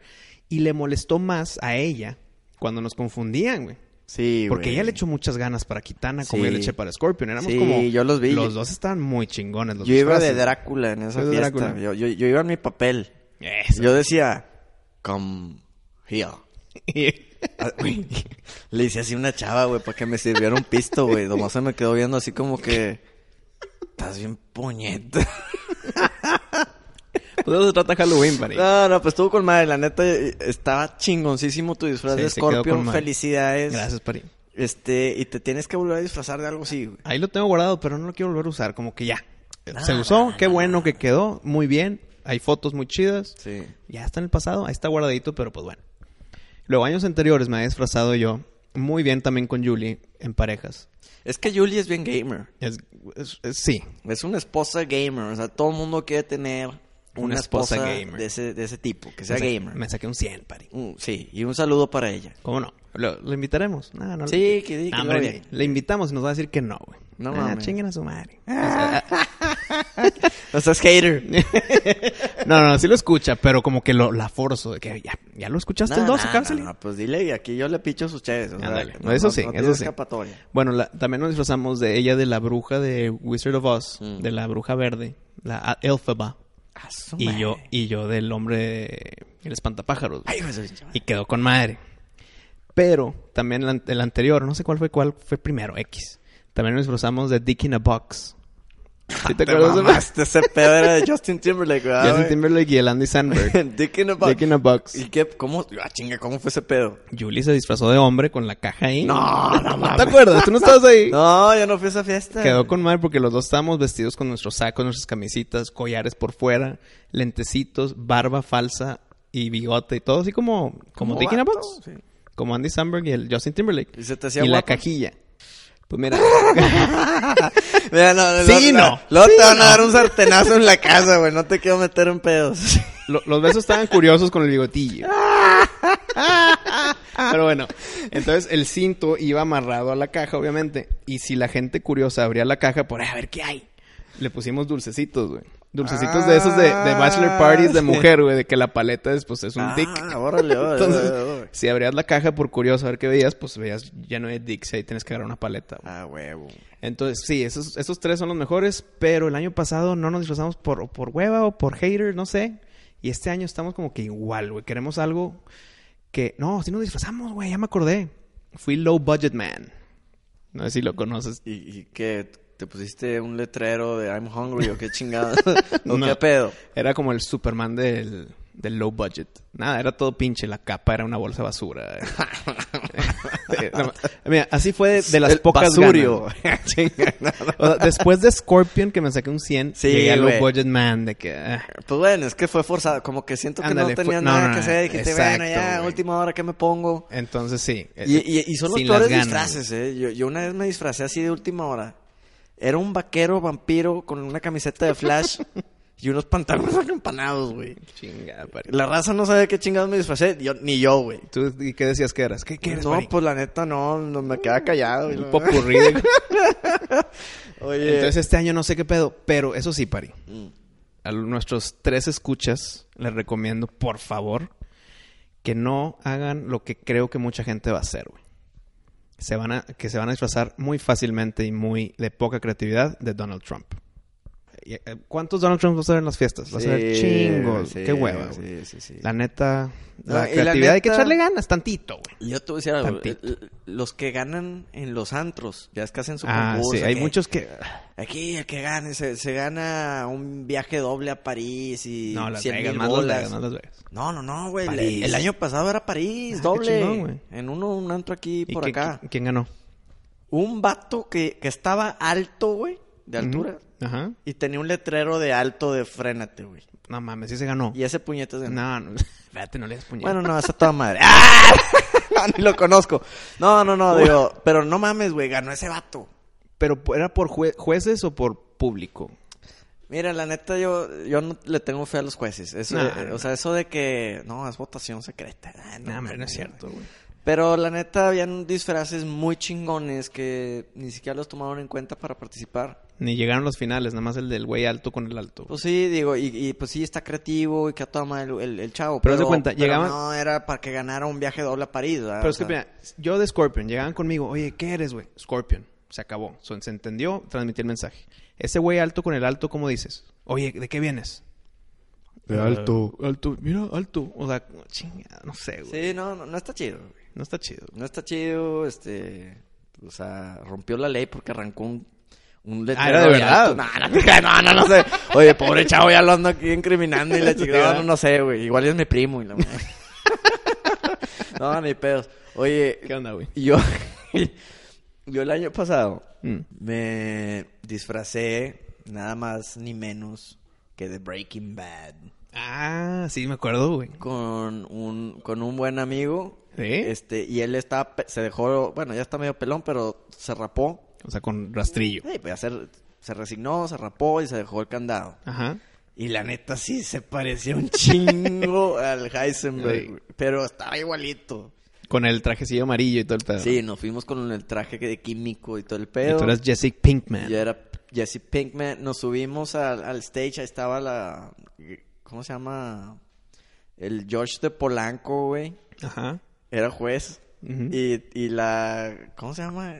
Speaker 3: Y le molestó más a ella cuando nos confundían, güey.
Speaker 1: Sí,
Speaker 3: Porque
Speaker 1: güey.
Speaker 3: ella le echó muchas ganas para Kitana, como
Speaker 1: Sí.
Speaker 3: yo le eché para Scorpion. Éramos
Speaker 1: Sí,
Speaker 3: como.
Speaker 1: yo los vi.
Speaker 3: Los dos estaban muy chingones. Los
Speaker 1: Yo iba de
Speaker 3: disfraces.
Speaker 1: Drácula en esa
Speaker 3: Yo de
Speaker 1: fiesta.
Speaker 3: Drácula.
Speaker 1: Yo, yo, yo iba en mi papel.
Speaker 3: Eso.
Speaker 1: Yo decía, come here.
Speaker 3: [laughs] Pues
Speaker 1: Ah, güey. [laughs] Le hice así una chava, güey, para que me sirviera un pisto, güey. Nomás se me quedó viendo así como que... Estás bien puñeta.
Speaker 3: Pues de eso se trata Halloween, pari.
Speaker 1: No, no, pues estuvo con madre. La neta, eh, estaba chingoncísimo tu disfraz
Speaker 3: Sí,
Speaker 1: de
Speaker 3: se quedó
Speaker 1: Scorpion.
Speaker 3: con madre.
Speaker 1: Felicidades.
Speaker 3: Gracias, pari.
Speaker 1: Este, y te tienes que volver a disfrazar de algo así, güey.
Speaker 3: Ahí lo tengo guardado, pero no lo quiero volver a usar. Como que ya.
Speaker 1: Ah,
Speaker 3: Se usó, qué bueno que quedó, muy bien. Hay fotos muy chidas.
Speaker 1: Sí.
Speaker 3: Ya está en el pasado, ahí está guardadito, pero pues bueno. Luego, años anteriores me he disfrazado yo muy bien también con Julie en parejas.
Speaker 1: Es que Julie es bien gamer.
Speaker 3: Es, es- es- sí,
Speaker 1: Es una esposa gamer. O sea, todo el mundo quiere tener una,
Speaker 3: Una
Speaker 1: esposa,
Speaker 3: esposa gamer.
Speaker 1: De, ese, de ese tipo, que sea
Speaker 3: me sa-
Speaker 1: gamer.
Speaker 3: Me saqué un 100, pari.
Speaker 1: Un- sí, y un saludo para ella.
Speaker 3: ¿Cómo no? ¿Lo, lo invitaremos? No, no
Speaker 1: Sí, que sí, que
Speaker 3: No, hombre,
Speaker 1: lo bien.
Speaker 3: Le invitamos y nos va a decir que no, güey.
Speaker 1: No
Speaker 3: Ah,
Speaker 1: mames.
Speaker 3: chinguen a su madre. [laughs] O sea,
Speaker 1: No seas hater.
Speaker 3: no, no, sí lo escucha, pero como que lo, la forzo. De que ya, ya lo escuchaste el 12, cárcel.
Speaker 1: no, pues dile, y aquí yo le picho sus chaves. o sea,
Speaker 3: Ándale.
Speaker 1: no-
Speaker 3: eso
Speaker 1: no-
Speaker 3: sí,
Speaker 1: no tiene
Speaker 3: eso sí.
Speaker 1: escapatoria.
Speaker 3: Bueno, la- también nos disfrazamos de ella, de la bruja de Wizard of Oz,
Speaker 1: Mm.
Speaker 3: de la bruja verde, la a- Elphaba.
Speaker 1: Ah, su
Speaker 3: y
Speaker 1: madre.
Speaker 3: yo, y yo del hombre, el espantapájaros. güey.
Speaker 1: Ay, hijo de su pinche madre.
Speaker 3: Y quedó con madre. Pero también el, an- el anterior, no sé cuál fue cuál fue primero, X. También nos disfrazamos de Dick in a Box. ¿Sí te
Speaker 1: Ah, Te
Speaker 3: acuerdas de más?
Speaker 1: mamaste, ese pedo era de Justin Timberlake, ¿verdad,
Speaker 3: Justin
Speaker 1: güey?
Speaker 3: Timberlake y el Andy Sandberg.
Speaker 1: [laughs] Dick in a box.
Speaker 3: Dick in a Box.
Speaker 1: ¿Y qué? ¿Cómo? Ah, chinga, ¿cómo fue ese pedo?
Speaker 3: Julie se disfrazó de hombre con la caja ahí.
Speaker 1: No, no
Speaker 3: ¿No te
Speaker 1: mames.
Speaker 3: acuerdas? Tú no estabas ahí.
Speaker 1: No, yo no fui a esa fiesta.
Speaker 3: Quedó con madre porque los dos estábamos vestidos con nuestros sacos, nuestras camisitas, collares por fuera, lentecitos, barba falsa y bigote y todo así como, como Dick in a
Speaker 1: vato,
Speaker 3: Box.
Speaker 1: sí.
Speaker 3: Como Andy Samberg y el Justin Timberlake.
Speaker 1: Y se te hacía
Speaker 3: Y la
Speaker 1: guapo.
Speaker 3: cajilla. Pues mira,
Speaker 1: [laughs] Mira, no, luego-
Speaker 3: Sí, no.
Speaker 1: Luego
Speaker 3: Sí,
Speaker 1: te van
Speaker 3: no.
Speaker 1: a dar un sartenazo en la casa, güey. No te quiero meter en pedos.
Speaker 3: lo- los besos estaban curiosos con el bigotillo. Pero bueno, entonces el cinto iba amarrado a la caja, obviamente. Y si la gente curiosa abría la caja, por "Ah, a ver qué hay. Le pusimos dulcecitos, güey. Dulcecitos de esos de, de bachelor parties de
Speaker 1: Ah, sí.
Speaker 3: mujer, güey. De que la paleta después es [laughs] un
Speaker 1: ah,
Speaker 3: dick.
Speaker 1: órale, órale,
Speaker 3: Entonces,
Speaker 1: órale, órale.
Speaker 3: si abrías la caja por curioso a ver qué veías, pues veías lleno de dicks y ahí tienes que agarrar una paleta. güey.
Speaker 1: Ah, huevo.
Speaker 3: Entonces, sí, esos, esos tres son los mejores, pero el año pasado no nos disfrazamos por, por hueva o por hater, no sé. Y este año estamos como que igual, güey. Queremos algo que... No, si nos disfrazamos, güey, ya me acordé. Fui Low Budget Man. No sé si lo conoces.
Speaker 1: ¿Y, y qué? ¿Te pusiste un letrero de I'm hungry
Speaker 3: [laughs]
Speaker 1: o qué chingada? ¿O
Speaker 3: No.
Speaker 1: qué pedo?
Speaker 3: Era como el Superman del, del low budget. Nada, era todo pinche. La capa era una bolsa de basura. Eh,
Speaker 1: [laughs]
Speaker 3: no, Mira, así fue de, de las
Speaker 1: El
Speaker 3: pocas
Speaker 1: basurio. [laughs]
Speaker 3: ganas. [laughs] O sea, después de Scorpion, que me saqué un 100,
Speaker 1: Sí,
Speaker 3: llegué a low
Speaker 1: güey.
Speaker 3: budget man. De que, ah,
Speaker 1: Pues bueno, es que fue forzado. Como que siento que
Speaker 3: Ándale,
Speaker 1: no
Speaker 3: fue-
Speaker 1: tenía
Speaker 3: no,
Speaker 1: nada
Speaker 3: no,
Speaker 1: que
Speaker 3: no,
Speaker 1: hacer. Y que te
Speaker 3: exacto,
Speaker 1: bueno, ya,
Speaker 3: güey.
Speaker 1: última hora, ¿qué me pongo?
Speaker 3: Entonces sí. eh,
Speaker 1: Y, y, y son los
Speaker 3: sin las
Speaker 1: peores
Speaker 3: ganas.
Speaker 1: disfraces, ¿eh? Yo, yo una vez me disfracé así de última hora. Era un vaquero vampiro con una camiseta de
Speaker 3: [laughs]
Speaker 1: Flash y unos pantalones [laughs] acampanados, güey.
Speaker 3: Chinga, pari.
Speaker 1: La raza no sabía qué chingados me disfracé, yo- ni yo, güey.
Speaker 3: ¿Tú y qué decías que eras? ¿Qué, qué eres,
Speaker 1: No,
Speaker 3: pari?
Speaker 1: pues la neta no, no me quedaba callado. güey.
Speaker 3: Un
Speaker 1: [laughs]
Speaker 3: popurrí de-
Speaker 1: Oye,
Speaker 3: Entonces este año no sé qué pedo, pero eso sí, Pari.
Speaker 1: Mm.
Speaker 3: A nuestros tres escuchas les recomiendo, por favor, que no hagan lo que creo que mucha gente va a hacer, güey. Se van a, que se van a disfrazar muy fácilmente y muy de poca creatividad de Donald Trump. Y, eh, ¿Cuántos Donald Trump vas a ver en las fiestas? Vas a ver
Speaker 1: Sí,
Speaker 3: chingos.
Speaker 1: sí,
Speaker 3: qué hueva,
Speaker 1: sí,
Speaker 3: güey.
Speaker 1: sí, sí.
Speaker 3: La neta, la
Speaker 1: No, y la
Speaker 3: creatividad hay que
Speaker 1: neta-
Speaker 3: echarle ganas tantito, güey.
Speaker 1: yo te voy a decir algo.
Speaker 3: Tantito.
Speaker 1: eh, Los que ganan en los antros, ya es que hacen su
Speaker 3: Ah,
Speaker 1: concurso,
Speaker 3: sí, hay
Speaker 1: que-
Speaker 3: muchos que...
Speaker 1: Aquí el que gane, se, se gana un viaje doble a París y
Speaker 3: No, Las
Speaker 1: 100
Speaker 3: Vegas,
Speaker 1: mil
Speaker 3: más Las
Speaker 1: bolas.
Speaker 3: Vegas, más Las Vegas.
Speaker 1: No, no, no, güey. El,
Speaker 3: París.
Speaker 1: el año pasado era París,
Speaker 3: Ah,
Speaker 1: doble.
Speaker 3: qué chingón, güey.
Speaker 1: en uno, un antro aquí
Speaker 3: ¿Y
Speaker 1: por
Speaker 3: qué-
Speaker 1: acá.
Speaker 3: qui- ¿Quién ganó?
Speaker 1: Un vato que, que estaba alto, güey, de altura.
Speaker 3: Ujú. Ajá.
Speaker 1: Y tenía un letrero de alto de frénate, güey.
Speaker 3: No mames, sí se ganó.
Speaker 1: Y ese puñete se...
Speaker 3: No, no. [laughs] Espérate, no le des puñal.
Speaker 1: Bueno, no, esa toda madre. [laughs] ¡Ah! No, ni lo conozco. No, no, no, digo, pero no mames, güey, ganó ese vato.
Speaker 3: Pero po- era por jue- jueces o por público.
Speaker 1: Mira, la neta, yo, yo no le tengo fe a los jueces. Eso,
Speaker 3: No,
Speaker 1: eh,
Speaker 3: no.
Speaker 1: o sea, eso de que, no, es votación secreta. Ah,
Speaker 3: No, hombre, no
Speaker 1: mames,
Speaker 3: es cierto, güey.
Speaker 1: Pero la neta, habían disfraces muy chingones que ni siquiera los tomaron en cuenta para participar.
Speaker 3: Ni llegaron los finales, nada más el del güey alto con el alto. güey.
Speaker 1: Pues sí, digo, y, y, pues sí, está creativo y que toma el, el, el chavo.
Speaker 3: Pero haz de cuenta, llegaban-
Speaker 1: No, era para que ganara un viaje doble a París. ¿verdad?
Speaker 3: Pero
Speaker 1: O
Speaker 3: es que,
Speaker 1: sea,
Speaker 3: mira, yo de Scorpion, llegaban conmigo, oye, ¿qué eres, güey? Scorpion. Se acabó. So, se entendió, transmití el mensaje. Ese güey alto con el alto, ¿cómo dices? Oye, ¿de qué vienes?
Speaker 4: De alto.
Speaker 3: Eh, alto, mira, alto. O sea, chinga, no sé, güey.
Speaker 1: Sí, no, no, no está chido. güey.
Speaker 3: No está chido.
Speaker 1: No está chido, este... O sea, rompió la ley porque arrancó un... Un letrero
Speaker 3: Ah, ¿era de verdad?
Speaker 1: alto. No, no, te creas, no, no, no sé. Oye, pobre chavo, ya lo ando aquí incriminando y
Speaker 3: [laughs]
Speaker 1: la chica, no, no, no sé, güey. Igual es mi primo y la madre. No, ni pedos. Oye,
Speaker 3: ¿Qué onda, güey?
Speaker 1: yo, [laughs] yo el año pasado
Speaker 3: Mm.
Speaker 1: me disfracé nada más ni menos que de Breaking Bad
Speaker 3: Ah, sí, me acuerdo, güey.
Speaker 1: con un con un buen amigo
Speaker 3: ¿Sí?
Speaker 1: este y él estaba pe- se dejó bueno ya está medio pelón pero se rapó
Speaker 3: O sea, con rastrillo.
Speaker 1: Sí, pues ya se, se resignó se rapó y se dejó el candado
Speaker 3: Ajá.
Speaker 1: y la neta sí se parecía un
Speaker 3: [laughs]
Speaker 1: chingo al Heisenberg
Speaker 3: Sí.
Speaker 1: güey, pero estaba igualito
Speaker 3: Con el trajecillo amarillo y todo el pedo.
Speaker 1: sí nos fuimos con el traje de químico y todo el
Speaker 3: Y
Speaker 1: pedo
Speaker 3: tú eras Jesse Pinkman.
Speaker 1: Yo era Jesse Pinkman. Nos subimos al, al stage. Ahí estaba la. ¿Cómo se llama? El George de Polanco, güey.
Speaker 3: Ajá.
Speaker 1: Era juez.
Speaker 3: Ujú.
Speaker 1: y, y la. ¿Cómo se llama?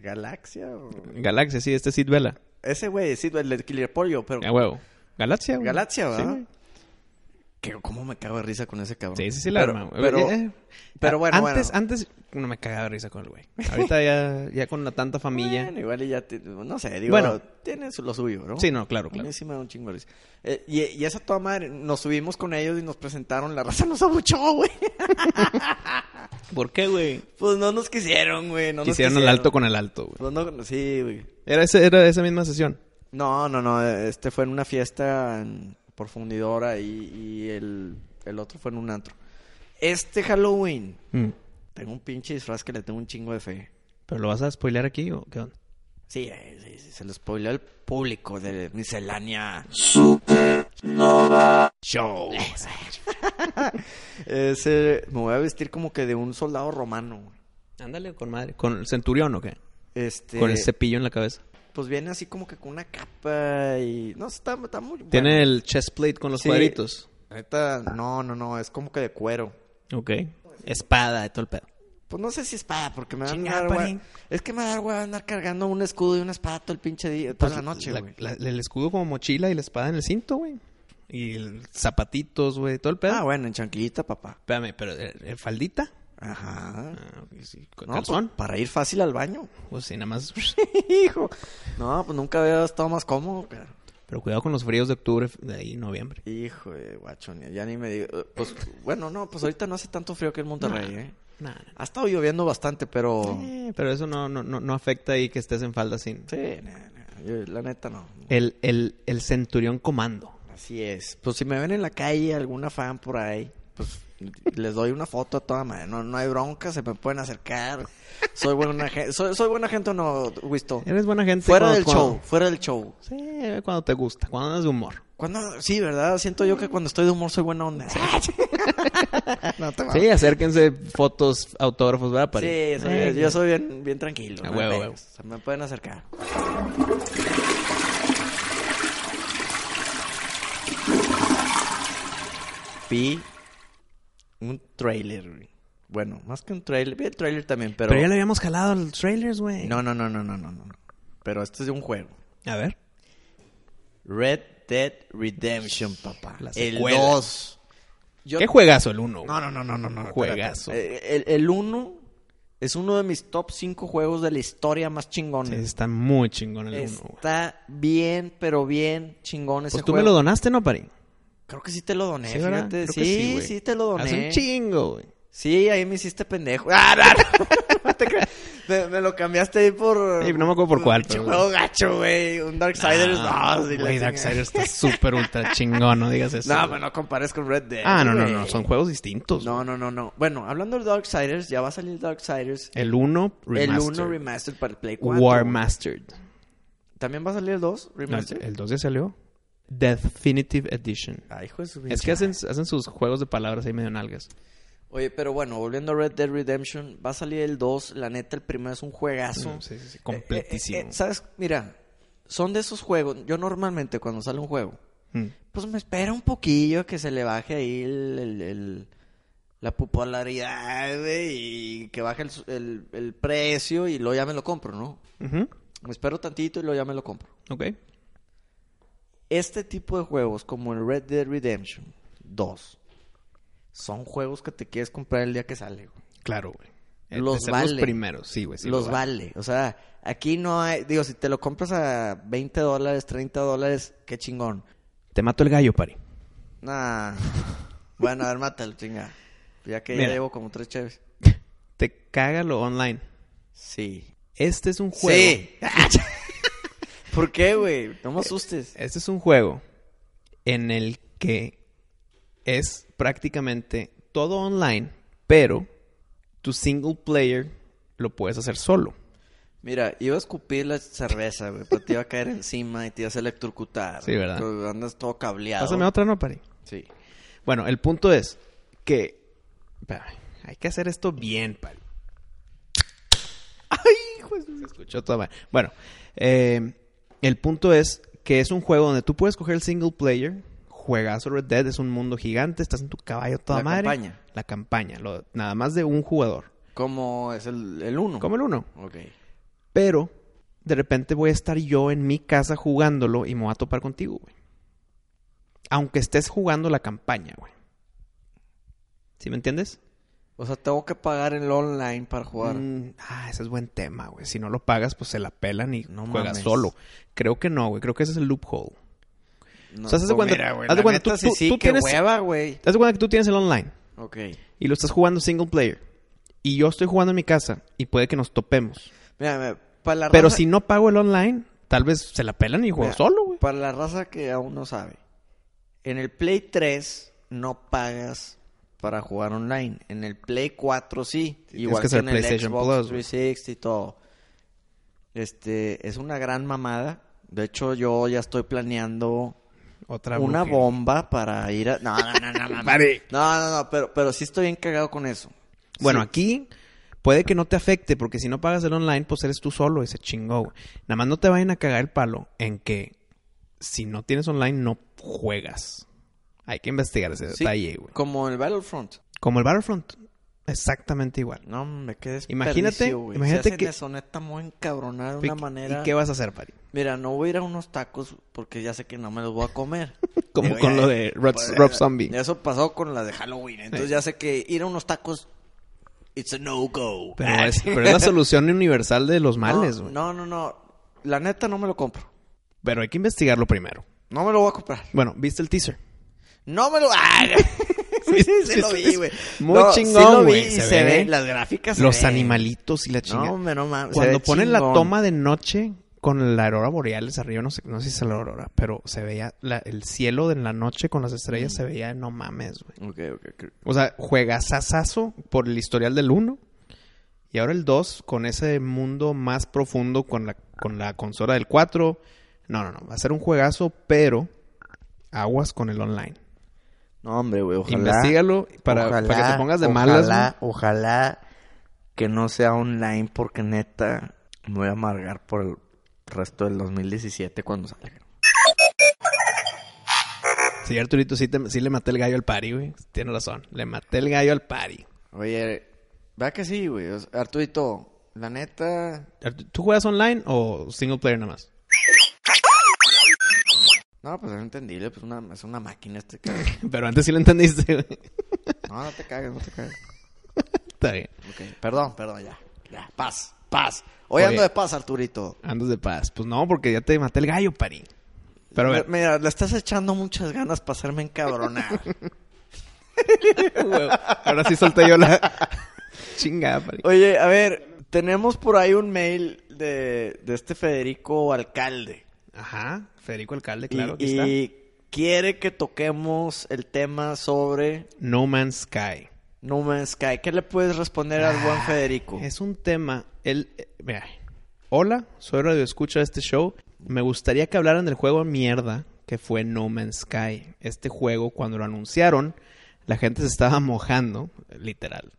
Speaker 1: ¿Galaxia? o-
Speaker 3: Galaxia, sí, este es Sid Vela.
Speaker 1: Ese güey, sí, el de Killer Pollo, pero.
Speaker 3: A huevo. Galaxia, Ah, güey.
Speaker 1: Galaxia, ¿verdad?
Speaker 3: Sí, güey.
Speaker 1: Que cómo me cago de risa con ese cabrón.
Speaker 3: Sí, sí, sí, la
Speaker 1: Pero-
Speaker 3: arma, güey.
Speaker 1: Pero,
Speaker 3: Eh, eh.
Speaker 1: pero bueno,
Speaker 3: Antes,
Speaker 1: bueno.
Speaker 3: antes, no me cagaba de risa con el güey. Ahorita ya, ya con la tanta familia.
Speaker 1: Bueno, igual y ya, te- no sé, digo,
Speaker 3: Bueno.
Speaker 1: tiene su- lo suyo, ¿no?
Speaker 3: Sí, no, claro,
Speaker 1: A
Speaker 3: claro.
Speaker 1: mí sí me da un chingo de risa. Eh, y, y esa toda madre, nos subimos con ellos y nos presentaron, la raza nos abuchó, güey. [laughs]
Speaker 3: ¿Por qué, güey?
Speaker 1: Pues no nos quisieron, güey. No nos
Speaker 3: Hicieron el
Speaker 1: quisieron.
Speaker 3: alto con el alto, güey.
Speaker 1: Pues no- sí, güey.
Speaker 3: Era, ese, era esa misma sesión.
Speaker 1: No, no, no. Este fue en una fiesta en- por fundidora y, y el, el otro fue en un antro. Este Halloween,
Speaker 3: Mm.
Speaker 1: tengo un pinche disfraz que le tengo un chingo de fe.
Speaker 3: ¿Pero lo vas a spoilear aquí o qué onda?
Speaker 1: Sí, eh, sí, sí, se lo spoiló al público de miscelánea.
Speaker 2: Supernova.
Speaker 1: Show. [laughs] Ese, me voy a vestir como que de un soldado romano. güey.
Speaker 3: Ándale, con madre. ¿Con el centurión o qué?
Speaker 1: Este,
Speaker 3: Con el cepillo en la cabeza.
Speaker 1: pues viene así como que con una capa y no sé, está, está muy
Speaker 3: Tiene
Speaker 1: bueno.
Speaker 3: el chest plate con los
Speaker 1: Sí.
Speaker 3: cuadritos.
Speaker 1: Neta, no, no, no, es como que de cuero.
Speaker 3: Ok. Espada y todo el pedo.
Speaker 1: Pues no sé si espada, porque me van a
Speaker 3: Chingada,
Speaker 1: dar hueva.
Speaker 3: pari.
Speaker 1: Es que me va a dar hueva andar cargando un escudo y una espada todo el pinche día, toda la noche,
Speaker 3: Pues, la-
Speaker 1: güey.
Speaker 3: la- el escudo como mochila y la espada en el cinto, güey. Y el- zapatitos, güey, todo el pedo.
Speaker 1: Ah, bueno, en chanquilita, papá.
Speaker 3: Espérame, pero eh, eh, faldita.
Speaker 1: Ajá.
Speaker 3: Ah, ok, sí, con
Speaker 1: No, pues,
Speaker 3: calzón.
Speaker 1: para ir fácil al baño.
Speaker 3: Pues sí, nada más. [laughs]
Speaker 1: Hijo. No, pues nunca había estado más cómodo, cara.
Speaker 3: Pero cuidado con los fríos de octubre de ahí noviembre.
Speaker 1: Hijo de guacho, ni- ya ni me digo. eh, Pues bueno, no, pues ahorita no hace tanto frío que en Monterrey, ¿eh?
Speaker 3: Nah, nah.
Speaker 1: Ha estado lloviendo bastante, pero.
Speaker 3: Eh, pero eso no, no, no, no afecta ahí que estés en falda sin.
Speaker 1: Sí, nah, nah, yo, la neta no.
Speaker 3: El, el, el centurión comando.
Speaker 1: Así es. Pues si me ven en la calle, alguna fan por ahí, pues les doy una foto a toda madre. No, no hay bronca, se me pueden acercar. Soy buena [laughs] gente. Soy, soy buena gente o no, Wisto.
Speaker 3: Eres buena gente.
Speaker 1: Fuera
Speaker 3: cuando-
Speaker 1: del
Speaker 3: cuando-
Speaker 1: show, fuera del show.
Speaker 3: Sí, cuando te gusta, cuando andas de humor.
Speaker 1: Cuando, sí, ¿verdad? Siento yo que cuando estoy de humor soy buena onda. [laughs] no te mames.
Speaker 3: Sí, acérquense fotos, autógrafos, ¿verdad? Pari?
Speaker 1: Sí, soy-
Speaker 3: Eh,
Speaker 1: yo soy bien, bien tranquilo.
Speaker 3: A
Speaker 1: no
Speaker 3: huevo,
Speaker 1: me
Speaker 3: a
Speaker 1: pegues.
Speaker 3: huevo.
Speaker 1: Se me pueden acercar. Vi un trailer, güey. Bueno, más que un trailer. Vi el trailer también, pero...
Speaker 3: Pero ya le habíamos jalado a los trailers, güey.
Speaker 1: No, no, no, no, no, no, no. Pero esto es de un juego.
Speaker 3: A ver.
Speaker 1: Red Dead Redemption, papá.
Speaker 3: La
Speaker 1: el
Speaker 3: secuela.
Speaker 1: 2. Yo-
Speaker 3: ¿Qué juegazo el uno? güey?
Speaker 1: No, no, no, no, no, no.
Speaker 3: Juegazo.
Speaker 1: espérate. Eh, El 1 es uno de mis top 5 juegos de la historia más
Speaker 3: Sí,
Speaker 1: chingones.
Speaker 3: está muy chingón el uno, güey.
Speaker 1: Está bien, pero bien chingón ese
Speaker 3: Pues tú
Speaker 1: juego.
Speaker 3: me lo donaste, ¿no, Pari?
Speaker 1: Creo que sí te lo doné,
Speaker 3: ¿verdad?
Speaker 1: fíjate.
Speaker 3: Creo
Speaker 1: Sí,
Speaker 3: que
Speaker 1: sí,
Speaker 3: güey.
Speaker 1: te lo doné.
Speaker 3: Hace un chingo, güey.
Speaker 1: Sí, ahí me hiciste pendejo. [laughs] ¡Ah, no, no! No te creas. me, me lo cambiaste ahí por...
Speaker 3: Sí, no me acuerdo por cuál,
Speaker 1: Un
Speaker 3: pero-
Speaker 1: juego gacho, güey. Un Darksiders
Speaker 3: Ah,
Speaker 1: 2. y la
Speaker 3: Güey,
Speaker 1: chingada.
Speaker 3: Darksiders está súper ultra chingón, no digas
Speaker 1: [laughs]
Speaker 3: eso.
Speaker 1: No,
Speaker 3: güey.
Speaker 1: pero no compares con Red Dead.
Speaker 3: Ah, no, no,
Speaker 1: güey.
Speaker 3: no. Son juegos distintos.
Speaker 1: No, no, no, no. Bueno, hablando de Darksiders, ya va a salir Darksiders.
Speaker 3: El 1
Speaker 1: El 1 remastered para el Play 4.
Speaker 3: War Mastered.
Speaker 1: ¿También va a salir el 2
Speaker 3: No,
Speaker 1: remastered?
Speaker 3: el 2 ya salió. Definitive Edition.
Speaker 1: Ay, hijo de su
Speaker 3: Es
Speaker 1: pinche
Speaker 3: que hacen,
Speaker 1: madre.
Speaker 3: hacen sus juegos de palabras ahí medio nalgas.
Speaker 1: Oye, pero bueno, volviendo a Red Dead Redemption, va a salir el 2. La neta, el primero es un juegazo.
Speaker 3: Mm, sí, sí, sí, completísimo.
Speaker 1: Eh, eh, eh, ¿Sabes? Mira, son de esos juegos. Yo normalmente cuando sale un juego,
Speaker 3: Mm.
Speaker 1: pues me espera un poquillo a que se le baje ahí el, el- el- la popularidad güey, y que baje el, su- el- el precio y luego ya me lo compro, ¿no?
Speaker 3: Ujú.
Speaker 1: Me espero tantito y luego ya me lo compro.
Speaker 3: Ok.
Speaker 1: este tipo de juegos como el Red Dead Redemption 2 son juegos que te quieres comprar el día que sale. güey.
Speaker 3: Claro, güey. Eh,
Speaker 1: Los
Speaker 3: de ser
Speaker 1: vale.
Speaker 3: Los primeros, sí, güey. Pues sí,
Speaker 1: Los vale. O sea, aquí no hay... Digo, si te lo compras a 20 dólares, 30 dólares, qué chingón.
Speaker 3: Te mato el gallo, pari. [laughs]
Speaker 1: Nah. bueno, a ver, mátalo, chinga. Ya que ya
Speaker 3: Mira.
Speaker 1: llevo como tres chéves.
Speaker 3: Te caga lo online.
Speaker 1: Sí.
Speaker 3: Este es un juego.
Speaker 1: Sí.
Speaker 3: [laughs]
Speaker 1: ¿Por qué, güey? No me asustes.
Speaker 3: Este es un juego en el que es prácticamente todo online, pero tu single player lo puedes hacer solo.
Speaker 1: Mira, iba a escupir la cerveza, güey. Pero te iba a caer encima y te ibas a electrocutar.
Speaker 3: Sí, ¿verdad?
Speaker 1: Pero andas todo cableado.
Speaker 3: Pásame otra, ¿no, Pari?
Speaker 1: Sí.
Speaker 3: Bueno, el punto es que... espérame, hay que hacer esto bien, Pari. ¡Ay, hijo! eso Se escuchó toda madre. Bueno, eh, el punto es que es un juego donde tú puedes coger el single player, juegazo Red Dead, es un mundo gigante, estás en tu caballo toda
Speaker 1: La
Speaker 3: madre.
Speaker 1: campaña.
Speaker 3: La campaña. lo- nada más de un jugador.
Speaker 1: Como es el, el uno.
Speaker 3: Como el uno.
Speaker 1: Ok.
Speaker 3: Pero de repente voy a estar yo en mi casa jugándolo y me voy a topar contigo, güey. Aunque estés jugando la campaña, güey. ¿Sí me entiendes?
Speaker 1: O sea, tengo que pagar el online para jugar.
Speaker 3: Mm, ah, ese es buen tema, güey. Si no lo pagas, pues se la pelan y
Speaker 1: No
Speaker 3: juegas
Speaker 1: mames.
Speaker 3: solo. Creo que no, güey. Creo que ese es el loophole.
Speaker 1: No,
Speaker 3: o sea, haz
Speaker 1: pues
Speaker 3: de cuenta-
Speaker 1: mira, güey,
Speaker 3: haz de
Speaker 1: la neta,
Speaker 3: cuenta, tú-
Speaker 1: sí,
Speaker 3: tú-
Speaker 1: sí,
Speaker 3: tú
Speaker 1: qué
Speaker 3: tienes-
Speaker 1: hueva, güey.
Speaker 3: ¿Te das cuenta que tú tienes el online
Speaker 1: Ok.
Speaker 3: y lo estás jugando single player? Y yo estoy jugando en mi casa y puede que nos topemos.
Speaker 1: Mira, mira, para la
Speaker 3: Pero
Speaker 1: raza-
Speaker 3: si no pago el online, tal vez se la pelan y juego
Speaker 1: Mira,
Speaker 3: solo, güey.
Speaker 1: Para la raza que aún no sabe. En el Play 3 no pagas para jugar online. En el Play 4 sí.
Speaker 3: tienes
Speaker 1: igual
Speaker 3: que
Speaker 1: que,
Speaker 3: ser
Speaker 1: en el
Speaker 3: PlayStation
Speaker 1: Xbox
Speaker 3: Plus, güey.
Speaker 1: 360 y todo. Este, es una gran mamada. De hecho, yo ya estoy planeando
Speaker 3: Otra
Speaker 1: una
Speaker 3: brujera.
Speaker 1: bomba para ir a... No, no, no, no, no. no, no, no, no, pero, pero sí estoy bien cagado con eso.
Speaker 3: Bueno,
Speaker 1: Sí.
Speaker 3: aquí puede que no te afecte, porque si no pagas el online, pues eres tú solo y se chingó, güey. Nada más no te vayan a cagar el palo en que si no tienes online, no juegas. Hay que investigar ese
Speaker 1: Sí,
Speaker 3: detalle, güey.
Speaker 1: Como el Battlefront.
Speaker 3: Como el Battlefront, exactamente igual.
Speaker 1: No, me qué desperdicio,
Speaker 3: Imagínate-
Speaker 1: güey.
Speaker 3: imagínate
Speaker 1: Se hacen
Speaker 3: que-
Speaker 1: eso, neta, muy encabronado de una
Speaker 3: ¿Y-
Speaker 1: manera...
Speaker 3: ¿Y qué vas a hacer, Pari?
Speaker 1: Mira, no voy a ir a unos tacos porque ya sé que no me los voy a comer.
Speaker 3: [laughs] [laughs] Como
Speaker 1: Digo,
Speaker 3: con
Speaker 1: ya-
Speaker 3: lo de Rob,
Speaker 1: pues,
Speaker 3: Rob Zombie.
Speaker 1: Eso pasó con la de Halloween. Entonces ya sé que ir a unos tacos, it's a no-go.
Speaker 3: Pero es, pero es
Speaker 1: [laughs]
Speaker 3: la solución universal de los males, güey.
Speaker 1: No, no, no. La neta no me lo compro.
Speaker 3: Pero hay que investigarlo primero.
Speaker 1: No me lo voy a comprar.
Speaker 3: Bueno, ¿viste el teaser?
Speaker 1: No me lo... [laughs] ¡Ah! sí, sí lo vi, güey.
Speaker 3: Muy
Speaker 1: No,
Speaker 3: chingón,
Speaker 1: sí lo vi
Speaker 3: güey.
Speaker 1: y
Speaker 3: Se
Speaker 1: se,
Speaker 3: ve.
Speaker 1: ve. Las gráficas se
Speaker 3: Los
Speaker 1: ven.
Speaker 3: animalitos y la chingada.
Speaker 1: No, hombre, no mames. se
Speaker 3: Cuando
Speaker 1: ve
Speaker 3: ponen la
Speaker 1: chingón.
Speaker 3: toma de noche con la aurora borealis arriba, no sé, no sé si es la aurora, pero se veía la- el cielo de la noche con las estrellas, se veía, no mames, güey.
Speaker 1: Ok, ok, ok.
Speaker 3: O sea, juegasasazo por el historial del 1. Y ahora el 2 con ese mundo más profundo con la, con la consola del 4. No, no, no. Va a ser un juegazo, pero aguas con el online.
Speaker 1: No, hombre, güey, ojalá.
Speaker 3: Investígalo para,
Speaker 1: Ojalá,
Speaker 3: para que te pongas de malas.
Speaker 1: Ojalá, ojalá que no sea online porque neta me voy a amargar por el resto del 2017 cuando salga.
Speaker 3: güey. Sí, Arturito, sí, te- sí le maté el gallo al pari, güey. Tiene razón. Le maté el gallo al pari.
Speaker 1: Oye, va que sí, güey. O sea, Arturito, la neta...
Speaker 3: Artu- ¿Tú juegas online o single player nada más? [laughs]
Speaker 1: No, pues es entendible, pues una, es una máquina este [laughs] cabrón.
Speaker 3: Pero antes sí lo entendiste, güey.
Speaker 1: No, no te cagues, no te cagues.
Speaker 3: Está bien.
Speaker 1: Ok, Perdón, perdón, ya. Ya, paz, paz. Hoy ando
Speaker 3: Oye.
Speaker 1: de paz, Arturito.
Speaker 3: Andas de paz. Pues no, porque ya te maté el gallo, pari. Pero a [laughs] ver.
Speaker 1: Mira, le estás echando muchas ganas para hacerme encabronar. [laughs]
Speaker 3: Huevo. Ahora sí solté yo la [laughs] chingada, pari.
Speaker 1: Oye, a ver, tenemos por ahí un mail de, de este Federico Alcalde.
Speaker 3: Ajá, Federico Alcalde,
Speaker 1: Y-
Speaker 3: claro, aquí
Speaker 1: y,
Speaker 3: está.
Speaker 1: quiere que toquemos el tema sobre
Speaker 3: No Man's Sky.
Speaker 1: No Man's Sky. ¿Qué le puedes responder al buen Federico?
Speaker 3: Ah, Es un tema. Él, eh, mira. Hola, soy Radio Escucha de este show. Me gustaría que hablaran del juego mierda que fue No Man's Sky. Este juego, cuando lo anunciaron, la gente se estaba mojando, literal.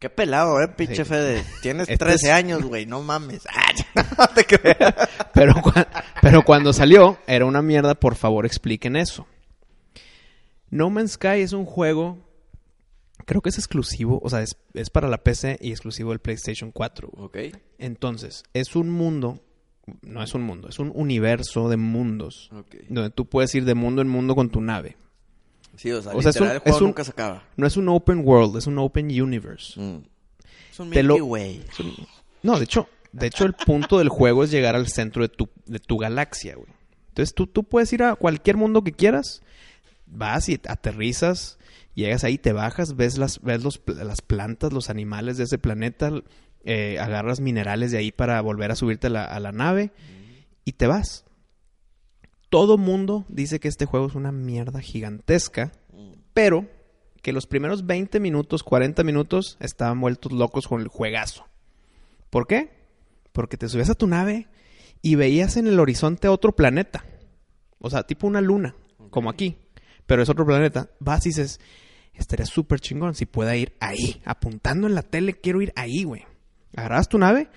Speaker 1: Qué pelado, eh, pinche
Speaker 3: Sí.
Speaker 1: Fede.
Speaker 3: [laughs]
Speaker 1: Tienes
Speaker 3: Este
Speaker 1: 13
Speaker 3: es-
Speaker 1: años, güey, no mames. [laughs] Ah, no
Speaker 3: [laughs]
Speaker 1: te creas.
Speaker 3: Pero, [laughs] cua- pero cuando salió, era una mierda. Por favor, expliquen eso. No Man's Sky es un juego. Creo que es exclusivo. O sea, es, es para la PC y exclusivo del PlayStation 4. güey.
Speaker 1: Ok.
Speaker 3: Entonces, es un mundo. No es un mundo, es un universo de mundos.
Speaker 1: Ok.
Speaker 3: Donde tú puedes ir de mundo en mundo con tu nave.
Speaker 1: Sí, o sea,
Speaker 3: O sea, es
Speaker 1: literal,
Speaker 3: un-
Speaker 1: el juego
Speaker 3: es un-
Speaker 1: nunca se acaba.
Speaker 3: No es un open world, es un open universe.
Speaker 1: Mm. Es un
Speaker 3: Te
Speaker 1: Mickey
Speaker 3: lo-
Speaker 1: Way.
Speaker 3: No, de hecho, de hecho el punto del juego es llegar al centro de tu, de tu galaxia, güey. Entonces tú, tú puedes ir a cualquier mundo que quieras, vas y aterrizas, llegas ahí, te bajas, ves las, ves los, pl- las plantas, los animales de ese planeta, eh, agarras minerales de ahí para volver a subirte a la, a la nave y te vas. Todo mundo dice que este juego es una mierda gigantesca,
Speaker 1: Mm.
Speaker 3: pero que los primeros 20 minutos, 40 minutos estaban vueltos locos con el juegazo. ¿Por qué? Porque te subías a tu nave y veías en el horizonte otro planeta. O sea, tipo una luna, como aquí, pero es otro planeta. Vas y dices, estaría súper chingón si pueda ir ahí, apuntando en la tele, quiero ir ahí, güey. Agarrabas tu nave,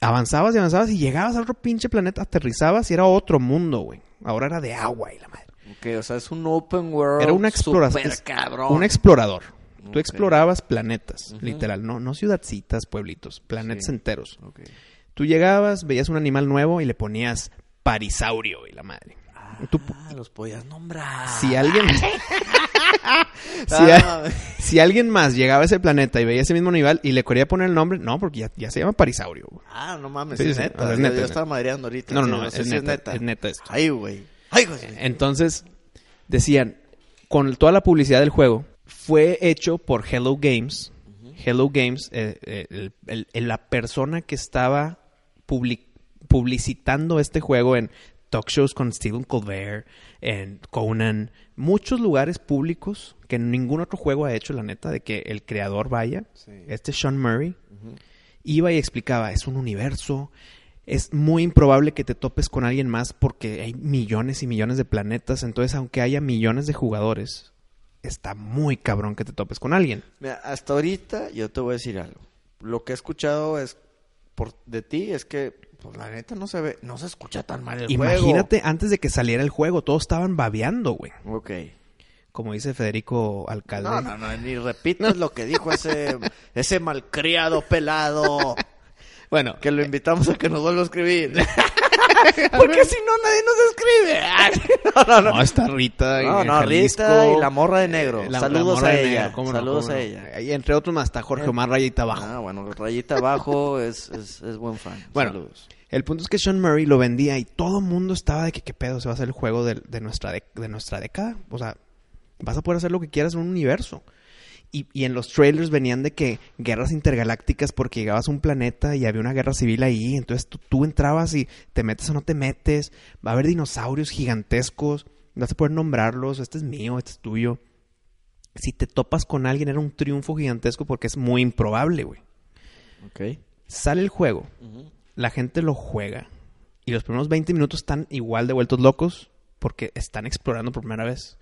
Speaker 3: avanzabas y avanzabas y llegabas a otro pinche planeta, aterrizabas y era otro mundo, güey. Ahora era de agua y la madre.
Speaker 1: Ok, o sea, es un open world.
Speaker 3: Era una exploración.
Speaker 1: super cabrón.
Speaker 3: Un explorador.
Speaker 1: Ok.
Speaker 3: Tú explorabas planetas,
Speaker 1: Ujú.
Speaker 3: literal, no, no ciudadcitas, pueblitos, planetas
Speaker 1: Sí.
Speaker 3: enteros.
Speaker 1: Ok.
Speaker 3: Tú llegabas, veías un animal nuevo y le ponías parisaurio y la madre. Tú- ah,
Speaker 1: Ah, los podías nombrar.
Speaker 3: Si
Speaker 1: [laughs]
Speaker 3: alguien. si,
Speaker 1: Ah.
Speaker 3: a- si alguien más llegaba a ese planeta y veía ese mismo nivel y le quería poner el nombre, no, porque ya, ya se llama Parisaurio. güey.
Speaker 1: Ah, no mames,
Speaker 3: Sí,
Speaker 1: es
Speaker 3: sí,
Speaker 1: neta.
Speaker 3: o sea, es
Speaker 1: Yo-
Speaker 3: neta,
Speaker 1: Yo,
Speaker 3: neta.
Speaker 1: estaba madreando ahorita.
Speaker 3: No, no,
Speaker 1: sí,
Speaker 3: no,
Speaker 1: sé
Speaker 3: es
Speaker 1: si
Speaker 3: neta, es neta esto. Eh,
Speaker 1: Ay, güey. Ay, güey.
Speaker 3: Entonces, decían, con toda la publicidad del juego, fue hecho por Hello Games. Hello Games, eh, eh, el- el- el- la persona que estaba public- publicitando este juego en talk shows con Stephen Colbert, en Conan, muchos lugares públicos que ningún otro juego ha hecho, la neta, de que el creador vaya. Este Sean Murray, iba y explicaba, es un universo, es muy improbable que te topes con alguien más porque hay millones y millones de planetas, entonces aunque haya millones de jugadores, está muy cabrón que te topes con alguien.
Speaker 1: Mira, hasta ahorita yo te voy a decir algo. Lo que he escuchado es por de ti es que pues la neta no se ve, no se escucha tan mal el
Speaker 3: Imagínate antes de que saliera el juego, todos estaban babeando, güey.
Speaker 1: juego. Imagínate. Ok.
Speaker 3: Como dice Federico Alcalde.
Speaker 1: No, no, no, ni repitas lo que dijo [laughs] ese ese malcriado pelado
Speaker 3: Bueno,
Speaker 1: que lo invitamos a que nos vuelva a escribir. [laughs] Porque si no nadie nos escribe. [laughs] no, no,
Speaker 3: no,
Speaker 1: no.
Speaker 3: está Rita. y
Speaker 1: No, no,
Speaker 3: Jalisco, eh,
Speaker 1: Rita y la morra de negro.
Speaker 3: la- la
Speaker 1: Saludos
Speaker 3: morra
Speaker 1: a
Speaker 3: de
Speaker 1: ella.
Speaker 3: negro, cómo no,
Speaker 1: Saludos
Speaker 3: cómo
Speaker 1: a
Speaker 3: no.
Speaker 1: ella.
Speaker 3: Y entre otros más está Jorge Omar Rayita abajo.
Speaker 1: Ah, bueno, rayita abajo es, es, es buen fan.
Speaker 3: Bueno,
Speaker 1: Saludos.
Speaker 3: el punto es que Sean Murray lo vendía y todo el mundo estaba de que qué pedo se va a hacer el juego de, de nuestra, dec- de nuestra década. O sea, vas a poder hacer lo que quieras en un universo. Y, y en los trailers venían de que guerras intergalácticas porque llegabas a un planeta y había una guerra civil ahí. Entonces tú, tú entrabas y te metes o no te metes. Va a haber dinosaurios gigantescos. Vas a poder nombrarlos. Este es mío, este es tuyo. Si te topas con alguien era un triunfo gigantesco porque es muy improbable, güey.
Speaker 1: Ok.
Speaker 3: Sale el juego la gente lo juega y los primeros 20 minutos están igual de vueltos locos porque están explorando por primera vez.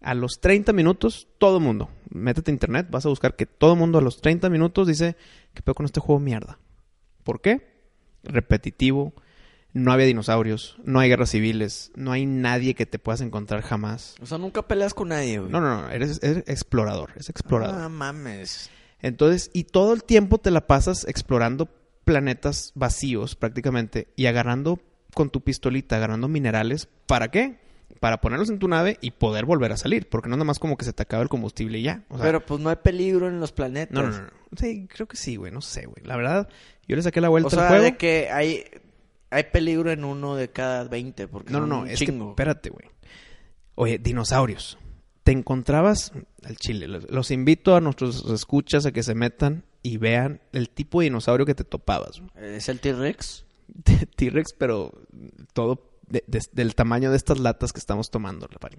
Speaker 3: A los 30 minutos, todo mundo, métete a internet, vas a buscar que todo mundo a los 30 minutos dice, ¿qué pedo con este juego mierda? ¿Por qué? Repetitivo, no había dinosaurios, no hay guerras civiles, no hay nadie que te puedas encontrar jamás.
Speaker 1: O sea, nunca peleas con nadie, güey.
Speaker 3: No, no, no, eres, eres explorador, es explorador.
Speaker 1: Ah, mames.
Speaker 3: Entonces, y todo el tiempo te la pasas explorando planetas vacíos prácticamente y agarrando con tu pistolita, agarrando minerales. ¿Para qué? Para ponerlos en tu nave y poder volver a salir. Porque no es nada más como que se te acaba el combustible y ya. O sea,
Speaker 1: Pero pues no hay peligro en los planetas.
Speaker 3: no, no, no, no. Sí, creo que sí, güey. No sé, güey. La verdad, yo le saqué la vuelta
Speaker 1: O sea,
Speaker 3: al juego.
Speaker 1: de que hay, hay peligro en uno de cada 20. Porque
Speaker 3: No, no,
Speaker 1: son
Speaker 3: no.
Speaker 1: un
Speaker 3: Es que,
Speaker 1: chingo.
Speaker 3: espérate, güey. Oye, dinosaurios. Te encontrabas al chile. Los, los invito a nuestros escuchas a que se metan y vean el tipo de dinosaurio que te topabas. güey.
Speaker 1: ¿Es el T-Rex?
Speaker 3: de [laughs] T-Rex, pero todo de- de- del tamaño de estas latas que estamos tomando, Rafael.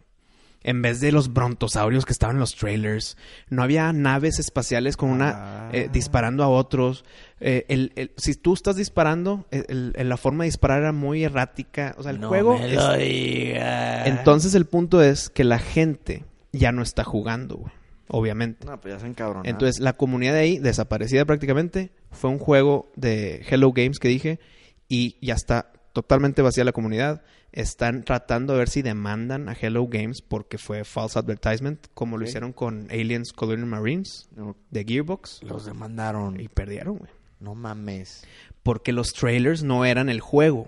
Speaker 3: En vez de los brontosaurios que estaban en los trailers, no había naves espaciales con una
Speaker 1: Ah.
Speaker 3: eh, disparando a otros. Eh, el- el- si tú estás disparando, e, el- el- la forma de disparar era muy errática. O sea, el
Speaker 1: no
Speaker 3: juego.
Speaker 1: Me
Speaker 3: es-
Speaker 1: lo digas.
Speaker 3: Entonces el punto es que la gente ya no está jugando, güey, obviamente.
Speaker 1: No, pues ya se encabronaron.
Speaker 3: Entonces, la comunidad de ahí, desaparecida prácticamente, fue un juego de Hello Games que dije y ya está totalmente vacía la comunidad. Están tratando de ver si demandan a Hello Games porque fue false advertisement, como lo
Speaker 1: Ok.
Speaker 3: hicieron con Aliens Colonial Marines
Speaker 1: No,
Speaker 3: de Gearbox
Speaker 1: los demandaron.
Speaker 3: y perdieron, güey.
Speaker 1: No mames.
Speaker 3: Porque los trailers no eran el juego.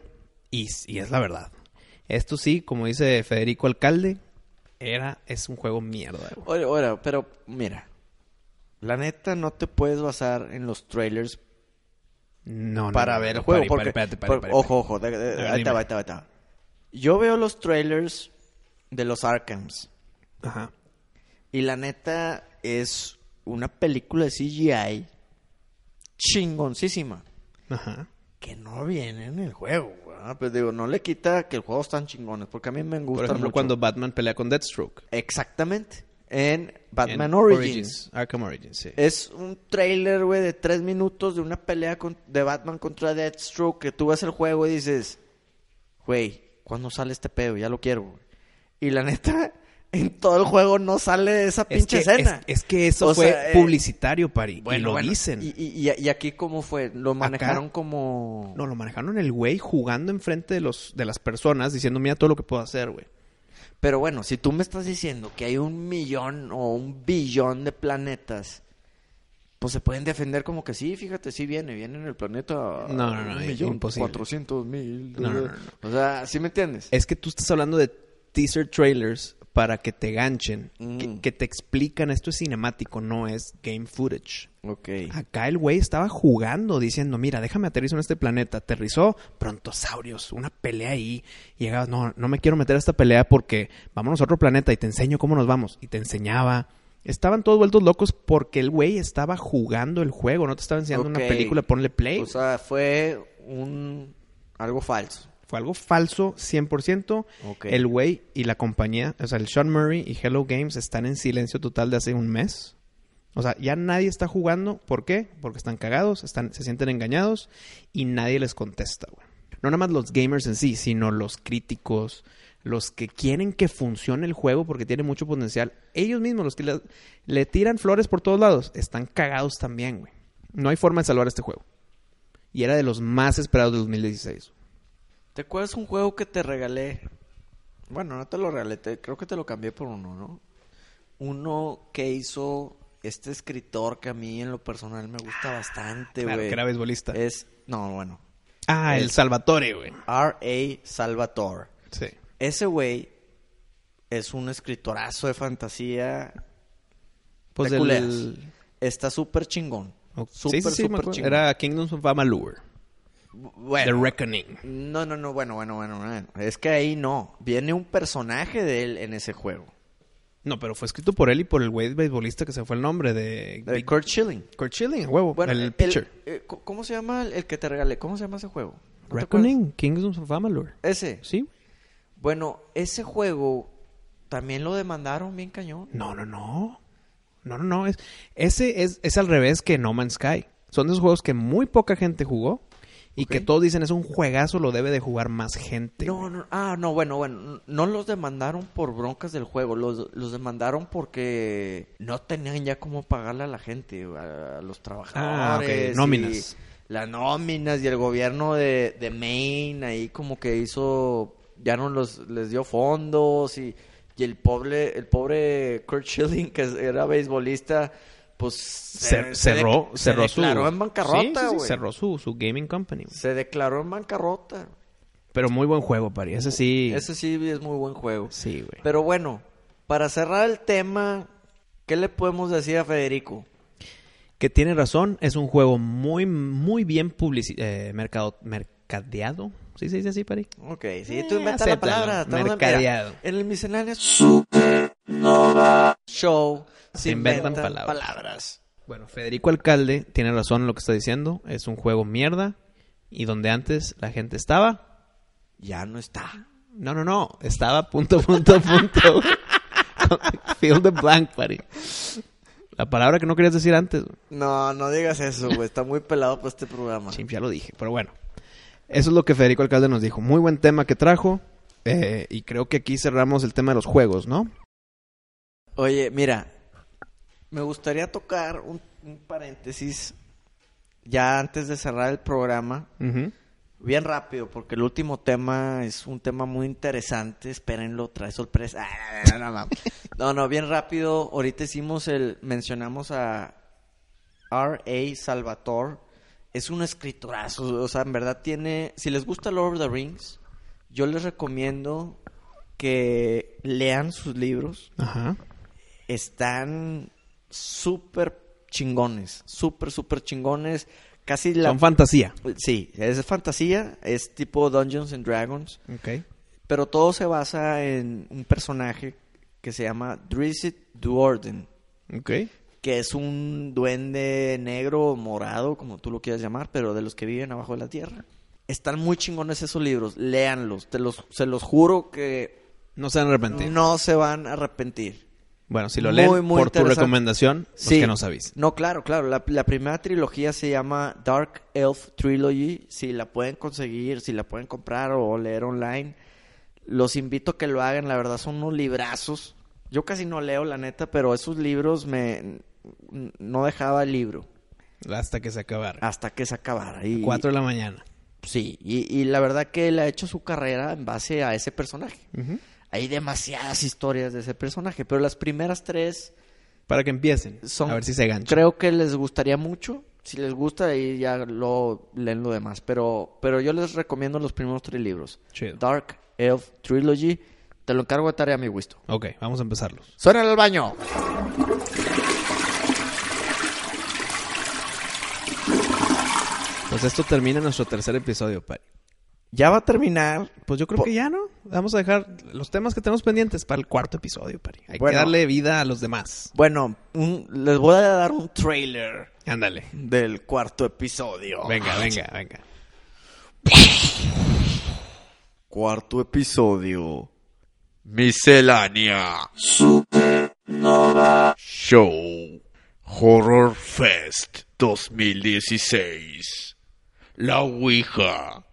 Speaker 3: Y, y es la verdad. Esto sí, como dice Federico Alcalde, era, es un juego mierda. güey.
Speaker 1: Ahora, ahora, pero mira. La neta no te puedes basar en los trailers
Speaker 3: No, no,
Speaker 1: para
Speaker 3: no,
Speaker 1: ver el
Speaker 3: no,
Speaker 1: juego.
Speaker 3: pare,
Speaker 1: porque,
Speaker 3: pare, espérate, pare,
Speaker 1: por-
Speaker 3: pare,
Speaker 1: ojo, ojo. de- de-
Speaker 3: A ver,
Speaker 1: ahí te va,
Speaker 3: dime.
Speaker 1: ahí te va, ahí te va. Yo veo los trailers de los Arkhams.
Speaker 3: pare. Ajá.
Speaker 1: Y la neta es una película de CGI chingoncísima.
Speaker 3: Ajá.
Speaker 1: Que no viene en el juego, ¿verdad? Pues digo, no le quita que el juego están chingones. Porque a mí me gusta
Speaker 3: Por ejemplo,
Speaker 1: mucho.
Speaker 3: cuando Batman pelea con Deathstroke.
Speaker 1: Exactamente. En
Speaker 3: En
Speaker 1: Batman Origins.
Speaker 3: Arkham Origins, sí.
Speaker 1: Es un trailer, güey, de tres minutos de una pelea con- de Batman contra Deathstroke. Que tú ves el juego y dices, güey, ¿cuándo sale este pedo? Ya lo quiero, güey. Y la neta, [laughs] en todo el juego no sale esa
Speaker 3: Es
Speaker 1: pinche
Speaker 3: que-
Speaker 1: escena.
Speaker 3: Es, es que eso
Speaker 1: O
Speaker 3: fue
Speaker 1: sea, eh,
Speaker 3: publicitario, Pari. y
Speaker 1: Bueno,
Speaker 3: lo
Speaker 1: bueno,
Speaker 3: dicen.
Speaker 1: Y, y- y- y aquí cómo fue? Lo manejaron como...
Speaker 3: No, lo manejaron el güey jugando enfrente de, los, de las personas diciendo, mira todo lo que puedo hacer, güey.
Speaker 1: Pero bueno, si tú me estás diciendo que hay un millón o un billón de planetas pues se pueden defender como que sí, fíjate, sí viene, viene en el planeta. a
Speaker 3: No, no, no,
Speaker 1: un millón
Speaker 3: imposible.
Speaker 1: cuatrocientos mil.
Speaker 3: No, no, no, no.
Speaker 1: O sea, ¿sí me entiendes?
Speaker 3: Es que tú estás hablando de teaser trailers para que te ganchen, que,
Speaker 1: Mm.
Speaker 3: que te explican esto es cinemático, no es game footage.
Speaker 1: Ok.
Speaker 3: Acá el güey estaba jugando, diciendo, mira, déjame aterrizar en este planeta. Aterrizó prontosaurios, una pelea ahí. Y llegaba, no, no me quiero meter a esta pelea porque vámonos a otro planeta y te enseño cómo nos vamos. Y te enseñaba. Estaban todos vueltos locos porque el güey estaba jugando el juego, no te estaba enseñando
Speaker 1: Ok.
Speaker 3: una película, ponle play.
Speaker 1: O sea, fue un... algo falso.
Speaker 3: Fue algo falso, 100%.
Speaker 1: Ok.
Speaker 3: El güey y la compañía, o sea, el Sean Murray y Hello Games están en silencio total de hace un mes. O sea, ya nadie está jugando. ¿Por qué? Porque están cagados, están, se sienten engañados y nadie les contesta, güey. No nada más los gamers en sí, sino los críticos, los que quieren que funcione el juego porque tiene mucho potencial. Ellos mismos, los que le, le tiran flores por todos lados, están cagados también, güey. No hay forma de salvar este juego. Y era de los más esperados del 2016.
Speaker 1: ¿Te acuerdas un juego que te regalé? Bueno, no te lo regalé, te- creo que te lo cambié por uno, ¿no? Uno que hizo este escritor que a mí en lo personal me gusta bastante, güey. Eh,
Speaker 3: Ah, Claro, que era beisbolista.
Speaker 1: Es, no, bueno,
Speaker 3: Ah, el,
Speaker 1: El-
Speaker 3: Salvatore, güey.
Speaker 1: R.A. Salvatore.
Speaker 3: Sí.
Speaker 1: Ese güey es un escritorazo de fantasía.
Speaker 3: Pues
Speaker 1: de
Speaker 3: el-
Speaker 1: culeras. Está súper chingón.
Speaker 3: Ok.
Speaker 1: Súper,
Speaker 3: sí, sí, sí, me
Speaker 1: súper
Speaker 3: acuerdo.
Speaker 1: chingón.
Speaker 3: Era Kingdoms of Amalur. The
Speaker 1: Bueno,
Speaker 3: Reckoning.
Speaker 1: No, no, no, bueno, bueno, bueno, bueno. Es que ahí no. Viene un personaje de él en ese juego.
Speaker 3: No, pero fue escrito por él y por el güey beisbolista que se fue el nombre de...
Speaker 1: De
Speaker 3: Big-
Speaker 1: Kurt Schilling.
Speaker 3: Kurt Schilling, a huevo.
Speaker 1: Bueno,
Speaker 3: el pitcher.
Speaker 1: eh, co- ¿Cómo se llama el, el que te regalé? ¿Cómo se llama ese juego? ¿No te
Speaker 3: Reckoning, Kingdoms of Amalur.
Speaker 1: acuerdas? Ese.
Speaker 3: ¿Sí?
Speaker 1: Bueno, ese juego también lo demandaron bien cañón.
Speaker 3: No, no, no. No, no, no. Es, ese es, es al revés que No Man's Sky. Son de esos juegos que muy poca gente jugó y que todos dicen es un juegazo, lo debe de jugar más gente.
Speaker 1: No,
Speaker 3: güey".
Speaker 1: no, ah, no, bueno, bueno, no los demandaron por broncas del juego, los, los demandaron porque no tenían ya cómo pagarle a la gente, a, a los trabajadores.
Speaker 3: ok, Ah, nóminas.
Speaker 1: y Las nóminas y el gobierno de, de Maine ahí como que hizo, ya no los, les dio fondos y, y el pobre, el pobre Kurt Schilling que era beisbolista, pues
Speaker 3: Cer- cerró,
Speaker 1: se
Speaker 3: cerró su...
Speaker 1: declaró en
Speaker 3: Sí, sí,
Speaker 1: bancarrota,
Speaker 3: sí,
Speaker 1: güey.
Speaker 3: cerró su, su gaming company. güey.
Speaker 1: Se declaró en bancarrota.
Speaker 3: Pero muy buen juego, Pari. Ese sí.
Speaker 1: Ese sí es muy buen juego.
Speaker 3: Sí, güey.
Speaker 1: Pero bueno, para cerrar el tema, ¿qué le podemos decir a Federico?
Speaker 3: Que tiene razón. Es un juego muy, muy bien publici- eh, mercado mercadeado. Sí, se dice así, Pari.
Speaker 1: Ok, sí,
Speaker 3: Eh,
Speaker 1: tú inventas
Speaker 3: acéptalo,
Speaker 1: la palabra. estamos en-
Speaker 3: mercadeado.
Speaker 1: mira, En el misceláneo
Speaker 2: Supernova.
Speaker 1: show se,
Speaker 3: Se inventan
Speaker 1: inventan,
Speaker 3: palabras.
Speaker 1: palabras.
Speaker 3: Bueno, Federico Alcalde tiene razón en lo que está diciendo. Es un juego mierda. Y donde antes la gente estaba.
Speaker 1: Ya no está.
Speaker 3: No, no, no. Estaba punto, [laughs] punto, punto. [laughs] Fill the blank, Pari. La palabra que no querías decir antes. güey.
Speaker 1: No, no digas eso, güey. Está muy pelado para este programa.
Speaker 3: Sí, ya lo dije, pero bueno. Eso es lo que Federico Alcalde nos dijo. Muy buen tema que trajo. eh, y creo que aquí cerramos el tema de los juegos, ¿no?
Speaker 1: Oye, mira, me gustaría tocar un, un paréntesis ya antes de cerrar el programa.
Speaker 3: Ujú.
Speaker 1: Bien rápido, porque el último tema es un tema muy interesante. Espérenlo, trae sorpresa. [laughs] Ah, no, no, no, no. No, no, bien rápido. Ahorita hicimos el. Mencionamos a R.A. Salvatore. Es un escritorazo. O sea, en verdad tiene. Si les gusta Lord of the Rings, yo les recomiendo que lean sus libros.
Speaker 3: Ajá.
Speaker 1: Están súper chingones. Súper, súper chingones. Casi la
Speaker 3: Son fantasía.
Speaker 1: Sí, es fantasía, es tipo Dungeons and Dragons,
Speaker 3: Ok.
Speaker 1: pero todo se basa en un personaje que se llama Drizzt Duorden,
Speaker 3: Ok.
Speaker 1: que es un duende negro o morado, como tú lo quieras llamar, pero de los que viven abajo de la tierra. Están muy chingones esos libros, léanlos, te los, se los juro que
Speaker 3: No se han arrepentido.
Speaker 1: no se van a arrepentir.
Speaker 3: Bueno, si lo
Speaker 1: Muy,
Speaker 3: leen
Speaker 1: muy
Speaker 3: por tu
Speaker 1: interesante.
Speaker 3: recomendación, pues
Speaker 1: Sí.
Speaker 3: que nos avisen.
Speaker 1: No, claro, claro. La, la primera trilogía se llama Dark Elf Trilogy. Si la pueden conseguir, si la pueden comprar o leer online, los invito a que lo hagan. La verdad son unos librazos. Yo casi no leo, la neta, pero esos libros me... No dejaba el libro
Speaker 3: Hasta que se acabara.
Speaker 1: hasta que se acabara. Ah, Y,
Speaker 3: Cuatro de la mañana.
Speaker 1: Sí, y, y la verdad que él ha hecho su carrera en base a ese personaje. Hay demasiadas historias de ese personaje, pero las primeras tres
Speaker 3: Para que empiecen.
Speaker 1: Son-
Speaker 3: a ver si se ganchan.
Speaker 1: Creo que les gustaría mucho. Si les gusta, ahí ya lo leen lo demás. Pero, pero yo les recomiendo los primeros tres libros.
Speaker 3: Chido.
Speaker 1: Dark Elf Trilogy. Te lo encargo de tarea, mi Wisto.
Speaker 3: Ok, vamos a empezarlos.
Speaker 1: ¡Suena al baño!
Speaker 3: Pues esto termina nuestro tercer episodio, Pari.
Speaker 1: Ya va a terminar.
Speaker 3: Pues yo creo
Speaker 1: Po-
Speaker 3: que ya, ¿no? Vamos a dejar los temas que tenemos pendientes para el cuarto episodio, Pari. Hay
Speaker 1: Bueno.
Speaker 3: que darle vida a los demás.
Speaker 1: Bueno, un- les voy a dar un trailer
Speaker 3: Ándale.
Speaker 1: del cuarto episodio.
Speaker 3: Venga, venga, venga.
Speaker 1: Cuarto episodio.
Speaker 5: Miscelánea
Speaker 2: Supernova.
Speaker 5: Show Horror Fest 2016 La Ouija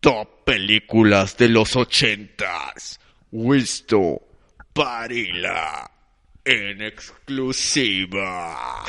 Speaker 5: Top Películas de los ochentas Wisto Parila En exclusiva